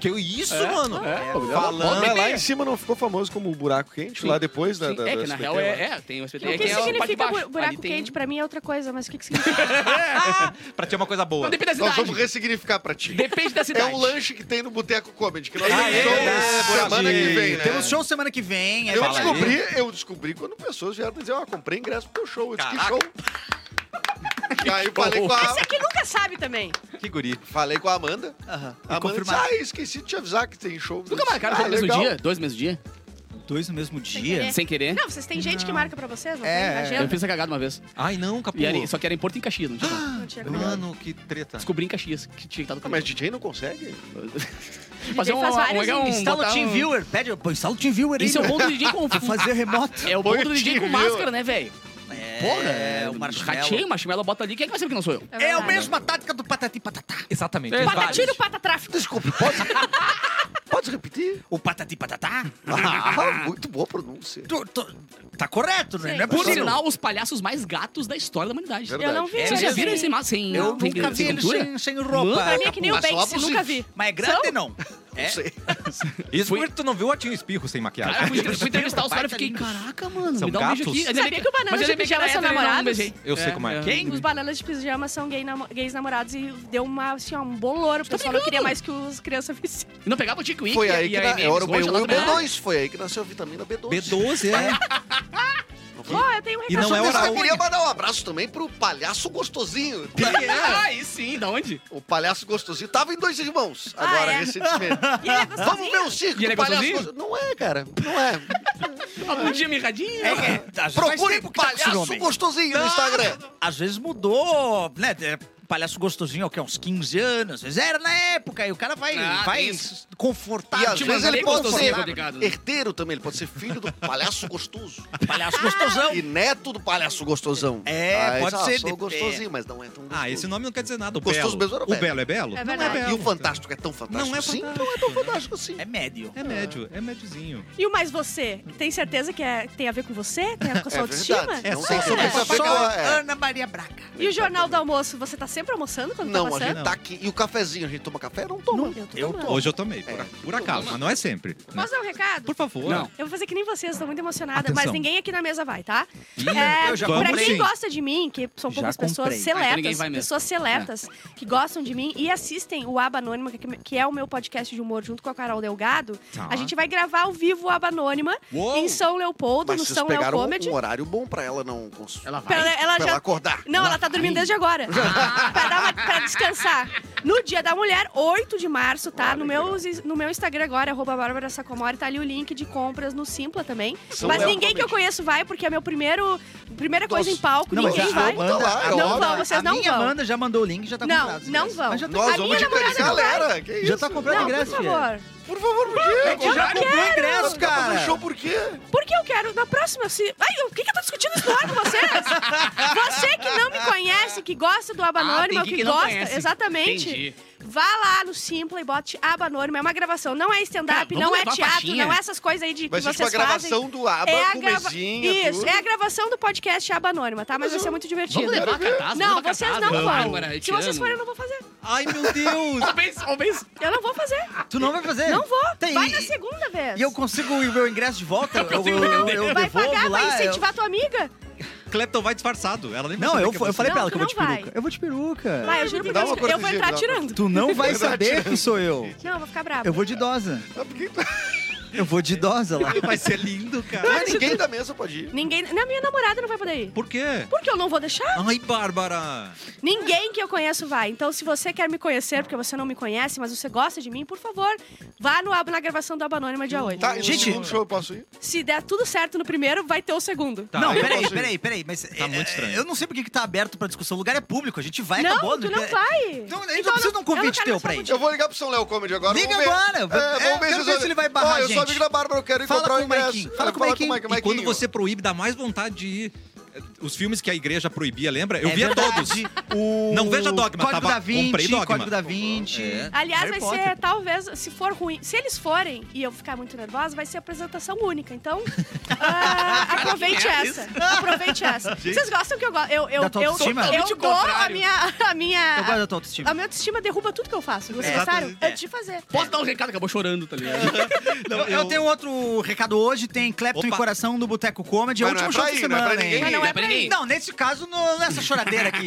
G: Que isso,
D: É?
G: mano?
D: É, o lugar-
G: Falando.
C: Mas lá em cima não ficou famoso como o buraco quente?
D: é. Sim.
C: Lá depois da,
D: Sim,
C: da, do
D: é que na
C: SBT
D: real
C: lá?
D: é, é, tem o SBT.
B: O
D: é
B: que
D: é a parte de
B: significa
D: baixo.
B: bu- buraco
D: Ali tem-
B: quente? Pra mim é outra coisa, mas o que, que
D: (laughs)
B: significa?
G: Pra ter uma coisa boa.
D: Não, depende da
C: Nós
D: cidade.
C: vamos ressignificar pra ti.
D: Depende da
C: É
D: cidade. Ah,
C: um lanche que tem no Boteco Comedy, que nós
G: Ah,
C: temos
G: é
C: show
G: verdade.
C: semana que vem, né?
E: Temos show semana que vem. aí
C: Eu
E: fala aí.
C: descobri, eu descobri quando pessoas vieram dizer, ó, comprei ingresso pro teu show. Eu disse, que
G: Caraca.
C: show? E aí falei com
B: Esse
C: a,
B: aqui nunca sabe também.
G: Que guri.
C: falei com a Amanda.
E: Aham.
C: A Amanda disse,
E: Confirmado.
C: ah, esqueci de te avisar que tem show.
D: Nunca marcaram
C: ah,
D: dois no mesmo
C: legal.
D: dia? Dois no mesmo dia?
E: Dois no mesmo dia.
B: É.
D: Sem querer?
B: Não, vocês têm gente que marca pra vocês, não
E: É,
B: tem?
D: Eu
B: Agenda,
D: fiz essa cagada uma vez.
G: Ai, não, capô.
D: E era, só que era em Porto e em Caxias, não tinha como.
B: não tinha como.
G: Mano, que treta.
D: Descobri em Caxias que tinha estado
C: Ah, mas DJ não consegue?
D: Fazer um,
B: faz
D: um,
B: vários
D: legal, um,
E: Instala
D: botar
E: o
D: um-
E: TeamViewer. Pede, pô, instala o TeamViewer aí.
D: Isso é o
E: meu.
D: bom do DJ com...
E: Vou fazer remoto.
D: É o bom
C: Põe
D: do
C: o
D: DJ com
C: TeamViewer.
D: máscara, né, velho? Porra,
E: É, o marshmallow.
D: Rateia o marshmallow, bota ali. Quem é que vai saber que não sou eu?
E: É a
B: verdade.
E: mesma tática do patati patatá.
G: Exatamente.
D: É.
B: Pata
D: vários.
B: tiro, pata tráfico.
C: Desculpa, pode, pode
E: (laughs)
C: repetir?
E: O patati patatá?
C: Ah, muito boa pronúncia.
E: Tu- tu- tá correto, né?
B: Sim.
E: Não é
D: Por
E: possível.
D: sinal, os palhaços mais gatos da história da humanidade.
C: Verdade.
B: Eu não vi.
E: É,
D: Vocês já
B: eles
D: viram
B: assim.
D: esse mapa sem...
E: Eu
D: sem-
E: nunca vi
D: sem
E: ele
D: cintura?
E: sem, sem roupa.
B: Pra mim é que nem o
C: Mas só
B: Banks,
C: possível.
B: nunca vi.
E: Mas é grande
B: São?
E: não? É.
G: Isso foi... Tu não viu
A: Ah,
G: o
A: um
G: Atinho Espirro sem maquiagem?
D: Cara, eu fui, eu fui entrevistar os
E: Baita
D: caras e fiquei,
E: lindo.
D: caraca, mano,
G: São
D: me dá um beijo
G: gatos?
D: aqui. Ainda bem
B: Sabia que o Banana
D: mas ainda bem
B: de Pijama
D: ela é
B: são
D: hétero, eu não
B: namorados?
D: beijei.
G: Eu sei como é.
D: Quem?
B: Os bananas de pijama são gay namo- gays namorados e deu uma, assim, ó, um bom louro. O pessoal não
D: pegando?
B: queria mais que os crianças vissem.
D: E não pegava o Tico Wink
C: Foi
D: e a-
C: aí
D: e
C: que
D: a
C: na, é
D: M&M's
C: era o
D: roxa
C: B1
D: lá
C: e o
D: também.
C: B2. um, Foi aí que nasceu a vitamina B12.
G: B12, é.
B: Ó, eu tenho um
G: E não
B: recado.
G: é
C: Eu só
G: oral.
C: queria mandar um abraço também pro palhaço gostosinho.
D: Ah, Aí sim, da onde?
C: O palhaço gostosinho tava em dois irmãos agora,
B: Ah, é?
C: recentemente.
B: E ele é
C: Vamos ver
B: gostosinho?
C: o circo
D: E ele é
C: do palhaço
D: gostosinho?
C: gostosinho. Não é, cara. Não é.
D: Algum dia mirradinho?
E: É, é, às- faz
C: Procure
E: tempo que tá com esse
C: palhaço
E: nome.
C: gostosinho no Instagram.
E: Às vezes mudou, né? É, palhaço gostosinho, que é uns 15 anos. Mas era na época, e o cara vai,
D: Ah,
E: vai
D: isso.
C: E
E: confortável.
C: às
D: tipo,
C: vezes
D: mas
C: ele é
D: bem
C: pode
D: gostosinho,
C: ser
D: tá ligado, né?
C: herdeiro também, ele pode ser filho do palhaço gostoso.
E: palhaço gostosão.
C: (laughs) E neto do palhaço gostosão.
E: É,
C: Aí,
E: pode
C: ah,
E: ser
C: Sou
E: de-
C: gostosinho, mas não é tão gostoso.
A: Ah, esse nome não quer dizer nada. O
C: Gostoso
A: Belo.
C: mesmo era o
A: o Belo é Belo?
B: É
A: não é
B: verdade.
A: Belo.
C: E o Fantástico é tão fantástico
A: Não é
C: assim?
A: fantástico,
C: Não é tão fantástico assim.
E: É médio.
A: É médio, é médiozinho.
B: E o mais você? Tem certeza que é- tem a ver com você? Tem a ver com a sua autoestima?
C: verdade.
A: É
C: não
A: só
C: tem
A: isso,
C: sobre
B: né?
C: isso a ver
E: Só Ah,
C: com a- é.
E: Ana Maria Braca.
B: E o Jornal do Almoço, você tá sempre almoçando quando
C: Não,
B: tá
C: a
B: passando?
C: gente tá aqui. E o cafezinho, a gente toma café? Não toma.
B: Eu tô
E: Eu
B: tomando.
A: Hoje eu tomei, por, por acaso, mas não é sempre. né?
B: Posso dar um recado?
A: Por favor.
D: Não.
B: Eu vou fazer que nem vocês, tô muito emocionada, mas
A: Atenção.
B: ninguém aqui na mesa vai, tá?
A: Ih,
B: É,
A: eu já
B: pra
A: comprei.
B: quem
A: Sim.
B: gosta de mim, que são
E: Já
B: poucas pessoas
E: comprei.
D: Ah, então ninguém
B: seletas,
D: vai mesmo.
B: pessoas seletas que gostam de mim e assistem o Aba Anônima, que- que é o meu podcast de humor junto com a Carol Delgado,
A: Tá.
B: a gente vai gravar ao vivo o Aba Anônima
A: Uou!
B: em São Leopoldo,
C: Mas
B: no
C: vocês
B: São Leo
C: pegaram um,
B: Comedy.
C: um horário bom pra ela não consumir.
D: Ela vai.
B: Pra ela- ela
C: Pra ela
B: já
C: acordar.
B: Não, ela tá dormindo desde
E: (laughs)
B: agora.
E: Ah.
B: pra, dar uma- pra descansar. No Dia da Mulher, 8 de março, tá? no, meu, no meu Instagram agora, arroba Bárbara Sacomori, tá ali o link de compras no Simpla também.
C: São
B: mas
C: Léo
B: ninguém que eu conheço vai, porque é meu primeiro... Primeira coisa em palco,
E: Não,
B: ninguém
E: mas a
B: vai.
C: lá,
E: Amanda- a
B: não
E: Amanda-
B: vão, vocês
E: a
B: não
E: minha
B: vão.
E: Amanda já mandou o link, já tá
B: Não,
E: comprado.
B: não
E: Mas
B: vão.
E: já tá-
C: Nós
B: A
C: vamos
B: minha
C: de
B: namorada não vai.
C: galera. Que isso?
E: Já tá comprando
B: Não, por
E: ingresso, filho.
B: favor.
C: Por favor, por quê?
E: Tu já tá comprou ingresso, cara.
C: Fechou por quê?
B: Porque eu quero, na próxima... Se... Ai, o que que eu tô discutindo isso no ar com vocês? Você que não me conhece, que gosta do Aba
D: Ah, tem
B: Anônima,
D: gente
B: que,
D: que não
B: gosta...
D: conhece.
B: Exatamente.
D: Entendi.
B: Vá lá no Simpla e bote aba anônima. É uma gravação, não é
D: Cara,
B: stand-up,
D: Ah, vamos
B: não é
D: levar a
B: teatro,
D: faixinha.
B: não é essas coisas aí de que
C: Vai ser
B: vocês
C: tipo a gravação
B: fazem.
C: do ABA
B: é a
C: com
B: grava-
C: mesinha,
B: Isso,
C: tudo.
B: é a gravação do podcast Aba Anônima, tá? Mas, vai ser muito divertido.
D: Vamos levar a catarse,
B: Não,
D: vamos levar a
B: vocês
C: né?
D: catarse,
B: não
D: vamos,
B: vão.
D: Bárbara, eu te
B: Se vocês
D: amo.
B: forem, eu não vou fazer.
A: Ai, meu Deus!
D: Homens, homens.
B: Eu não vou fazer.
C: Ah,
E: Tu não vai fazer?
B: Não vou.
E: Tem-
B: Vai na segunda vez.
E: E eu consigo o meu ingresso de volta? Eu, eu, eu, eu
B: vai
E: devolvo
B: pagar,
E: lá.
B: vai
E: eu-
B: incentivar tua amiga?
A: Clepton vai disfarçado. Ela nem vai
E: Não,
A: saber
E: eu,
A: que é
E: eu
A: você.
E: falei
B: Não,
E: pra ela que eu
B: tu
E: vou de
B: não vai.
E: peruca. Eu vou de peruca.
B: Vai, eu juro por
C: É. Dá
B: Deus
C: uma
B: que eu vou
C: cortesia,
B: entrar
C: dá uma
B: tirando.
E: Tu não vai
C: Verdade.
E: saber que sou eu.
B: Não, eu vou ficar brava.
E: Eu vou de idosa. Eu vou de idosa lá.
A: Vai ser lindo, cara.
C: tá- Mas ninguém da mesa pode ir.
B: Ninguém... Na minha namorada não vai poder ir.
A: Por quê?
B: Porque eu não vou deixar.
A: Ai, Bárbara!
B: Ninguém que eu conheço vai. Então, se você quer me conhecer, porque você não me conhece, mas você gosta de mim, por favor, vá no aba na gravação do Aba Anônima dia 8.
C: Tá,
E: Gente-
C: gente, no show eu posso ir?
B: Se der tudo certo no primeiro, vai ter o segundo.
A: Tá,
E: não,
A: eu
E: peraí,
C: posso ir.
E: peraí, peraí. Mas tá
A: muito estranho.
E: Eu não sei por que que tá aberto pra discussão. O lugar é público, a gente vai,
B: não,
E: acabou.
B: tu não
E: tem-
B: vai.
E: Então, eu não
B: Então,
E: preciso de um
B: eu não
E: convite
B: quero
E: teu
B: mais
E: pra
B: falar
E: ir.
C: Eu vou ligar pro São Léo Comedy agora.
E: Liga
C: vamos ver.
E: agora, eu-
C: É,
E: é, eu
C: vamos ver
E: quero
C: se,
E: ver
C: eles-
E: se ele vai barrar
C: Ó, eu
E: a
C: sou
E: gente.
C: amigo da Bárbara, eu quero ir
E: Fala
C: comprar
E: com
C: o
E: o
C: ingresso.
E: Maiquinho, fala com o
C: Fala
E: Maiquinho.
A: E quando você proíbe, dá mais vontade de ir. Os filmes que a igreja proibia, lembra? Eu
E: É
A: via
E: verdade.
A: todos.
E: O
A: Não veja Dogma,
E: Código
A: tava-
E: da 20,
A: comprei Dogma.
E: Código da 20.
A: É.
B: Aliás, vai
E: Harry Potter.
B: ser, talvez, se for ruim, se eles forem e eu ficar muito nervosa, vai ser apresentação única.
E: (laughs)
B: Então, ah, aproveite
E: é
B: essa. Aproveite essa. Vocês gostam que eu gosto? Eu, eu,
E: Da tua
B: eu,
E: autoestima?
B: eu,
E: Totalmente o
B: dou a
D: contrário.
B: minha. A minha
E: Eu gosto da tua
B: a
E: autoestima.
B: minha autoestima derruba tudo que eu faço. Vocês
E: É.
B: gostaram?
E: Exatamente.
B: Eu te fazer.
D: Posso dar um recado? Acabou chorando, tá ligado?
E: Eu, eu tenho outro recado hoje, tem Clepton e
A: Opa.
E: Coração no Boteco Comedy, é o
C: Mas não
E: último
C: é pra
E: show da
C: ir, não é pra
E: semana, hein?
C: ninguém
B: Mas não
D: Dá
B: é
D: pra
B: pra
D: ninguém?
B: mim.
E: Não, nesse caso, no- nessa
C: (laughs)
E: choradeira aqui.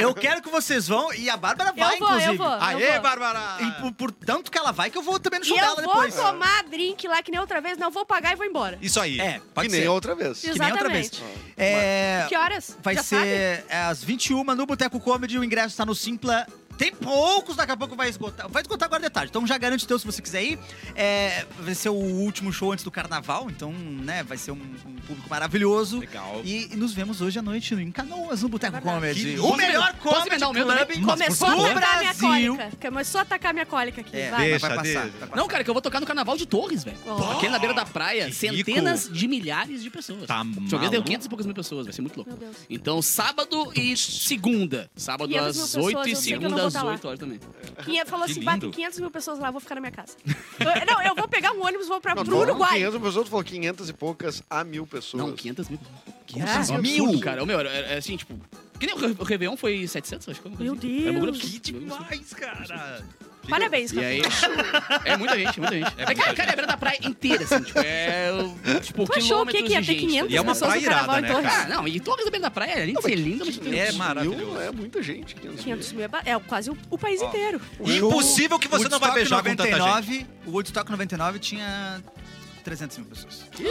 E: Eu quero que vocês vão, e a Bárbara vai,
B: Eu vou,
E: inclusive.
B: eu vou. eu
A: Aê,
B: vou.
A: Bárbara!
E: E por, por tanto que ela vai, que eu vou também no show
B: E eu
E: dela
B: vou
E: depois.
B: tomar drink lá que nem outra vez, não vou pagar e vou embora.
A: Isso aí.
E: É,
A: pode
C: que nem
A: ser.
C: outra vez.
E: Que nem outra vez.
B: Exatamente.
E: É,
B: Que horas?
E: vai
B: Já sabe?
E: ser é, às 21 no Boteco Comedy, o ingresso tá no Simpla. Tem poucos, daqui a pouco vai esgotar. Vai esgotar agora de tarde, então já garante o teu se você quiser ir. É, vai ser o último show antes do carnaval, então, né, vai ser um, um público maravilhoso.
A: Legal.
E: E, e nos vemos hoje à noite em Canoas, no
B: É
E: Boteco
A: Que
E: Comedy.
A: lindo.
E: O melhor
D: Posso
E: comedy
D: emendar o meu
E: club
D: também?
B: Começou a
E: do
B: atacar minha
E: Brasil.
B: cólica. Começou a atacar minha cólica aqui. vai.
E: É, mas
A: Deixa,
E: vai passar.
A: deixa.
E: vai passar.
D: Não, cara, é que eu vou tocar no Carnaval de Torres, velho.
B: Oh.
D: Aquele na beira da praia,
A: Que
D: centenas de milhares de pessoas.
A: Tá
D: Esse evento deu
A: maluco.
D: 500 e poucas mil pessoas, vai ser muito louco.
B: Meu Deus.
D: Então, sábado e segunda. Sábado
B: 500 mil
D: às
B: pessoas,
D: 8 e
B: eu sei que eu não vou
D: segunda às
B: tá lá.
D: 8 horas também.
B: Quem falou
A: Que
B: assim, "Bah, tem
A: lindo.
B: 500 mil pessoas lá, vou ficar na minha casa. Eu- não, eu vou pegar um ônibus, vou pra,
C: Não,
B: pro
C: não,
B: Uruguai.
C: 500 pessoas, tu falou 500 e poucas a mil pessoas.
D: Não, 500 mil.
A: Ah,
E: 500
D: É um
E: mil?
D: absurdo, cara. O meu, era- era assim, tipo... Que nem o Re- o Réveillon foi 700, acho que foi. uma coisa
B: Meu
D: assim. Era um bagulho
B: Deus.
D: absurdo, um bagulho absurdo.
A: demais, cara.
B: Parabéns,
D: E
B: cara.
D: aí... é muita gente, muita gente. É,
A: muita
D: cara,
A: gente.
D: cara, é a beira da praia inteira, assim. Tipo, é...
B: Tu achou
D: Tipo,
B: o que,
D: quilômetros
B: que ia
D: de
B: ter
D: gente, tá
B: 500
A: E é uma
B: pessoas no
A: praia
B: carnaval então,
A: irada,
B: em
A: né,
B: Torres?
D: Ah, não, e Torres na beira da praia, além de ser linda, mas...
A: É
C: Mil
A: maravilhoso.
C: é muita gente. 500 mil.
B: 500 mil é, ba- é quase o, o país inteiro.
A: Impossível que você não vai beijar
E: Woodstock
A: é com tanta gente.
E: 99, O Woodstock 99 tinha 300 mil pessoas.
C: O que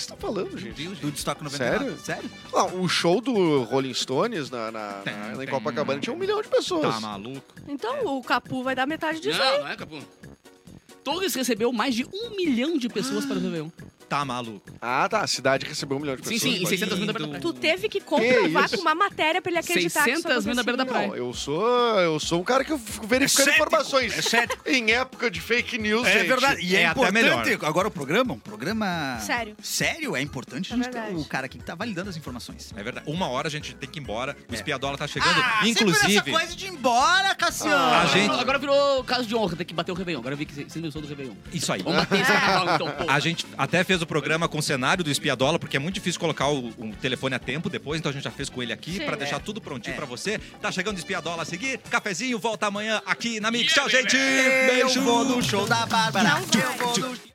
C: você tá falando, gente?
E: Do Woodstock 99.
C: Sério?
E: Sério?
C: Ah, o show do Rolling Stones na, na, na- em Copacabana tinha um milhão de pessoas.
A: Tá maluco?
B: Então o Capu vai dar metade disso aí.
D: Não, não é, Capu. Torres recebeu mais de um milhão de pessoas para o Réveillon.
A: Tá maluco.
C: Ah, tá. A cidade recebeu um milhão de
D: Sim,
C: pessoas.
D: sim, e 600 mil na beira da praia.
B: Tu teve que comprovar
C: isso?
B: com uma matéria pra ele acreditar que isso
D: 600 mil na beira da
B: acontecia.
D: praia.
C: Não, eu sou, eu sou um cara que eu fico verificando
A: Cético,
C: informações.
A: é cético.
C: Em época de fake news,
A: É
C: gente.
A: verdade. E é,
E: é até
A: importante.
E: melhor. Agora o programa, um programa...
B: Sério.
E: Sério, é importante
B: É
E: a gente ter
B: verdade.
E: o cara aqui que tá validando as informações.
A: É verdade. Uma hora a gente tem que ir embora. O espiadola tá chegando.
E: Ah, sempre
A: Inclusive.
E: essa coisa de ir embora, Cassiano.
A: A gente-
D: Ah, Agora virou caso de honra, tem que bater o Réveillon. Agora eu vi que você não sou do Réveillon.
A: Isso aí.
D: Vamos bater esse Natal, (laughs) então, pô.
A: A gente até fez o programa com o cenário do Espiadola, porque é muito difícil colocar o, o telefone a tempo depois, então a gente já fez com ele aqui
B: Sim.
A: pra deixar tudo prontinho pra você. Tá chegando o Espiadola a seguir. Cafezinho, volta amanhã aqui na Mix. Tchau, gente!
E: Eu vou no show da Bárbara.
B: Não vai.
E: Eu vou no...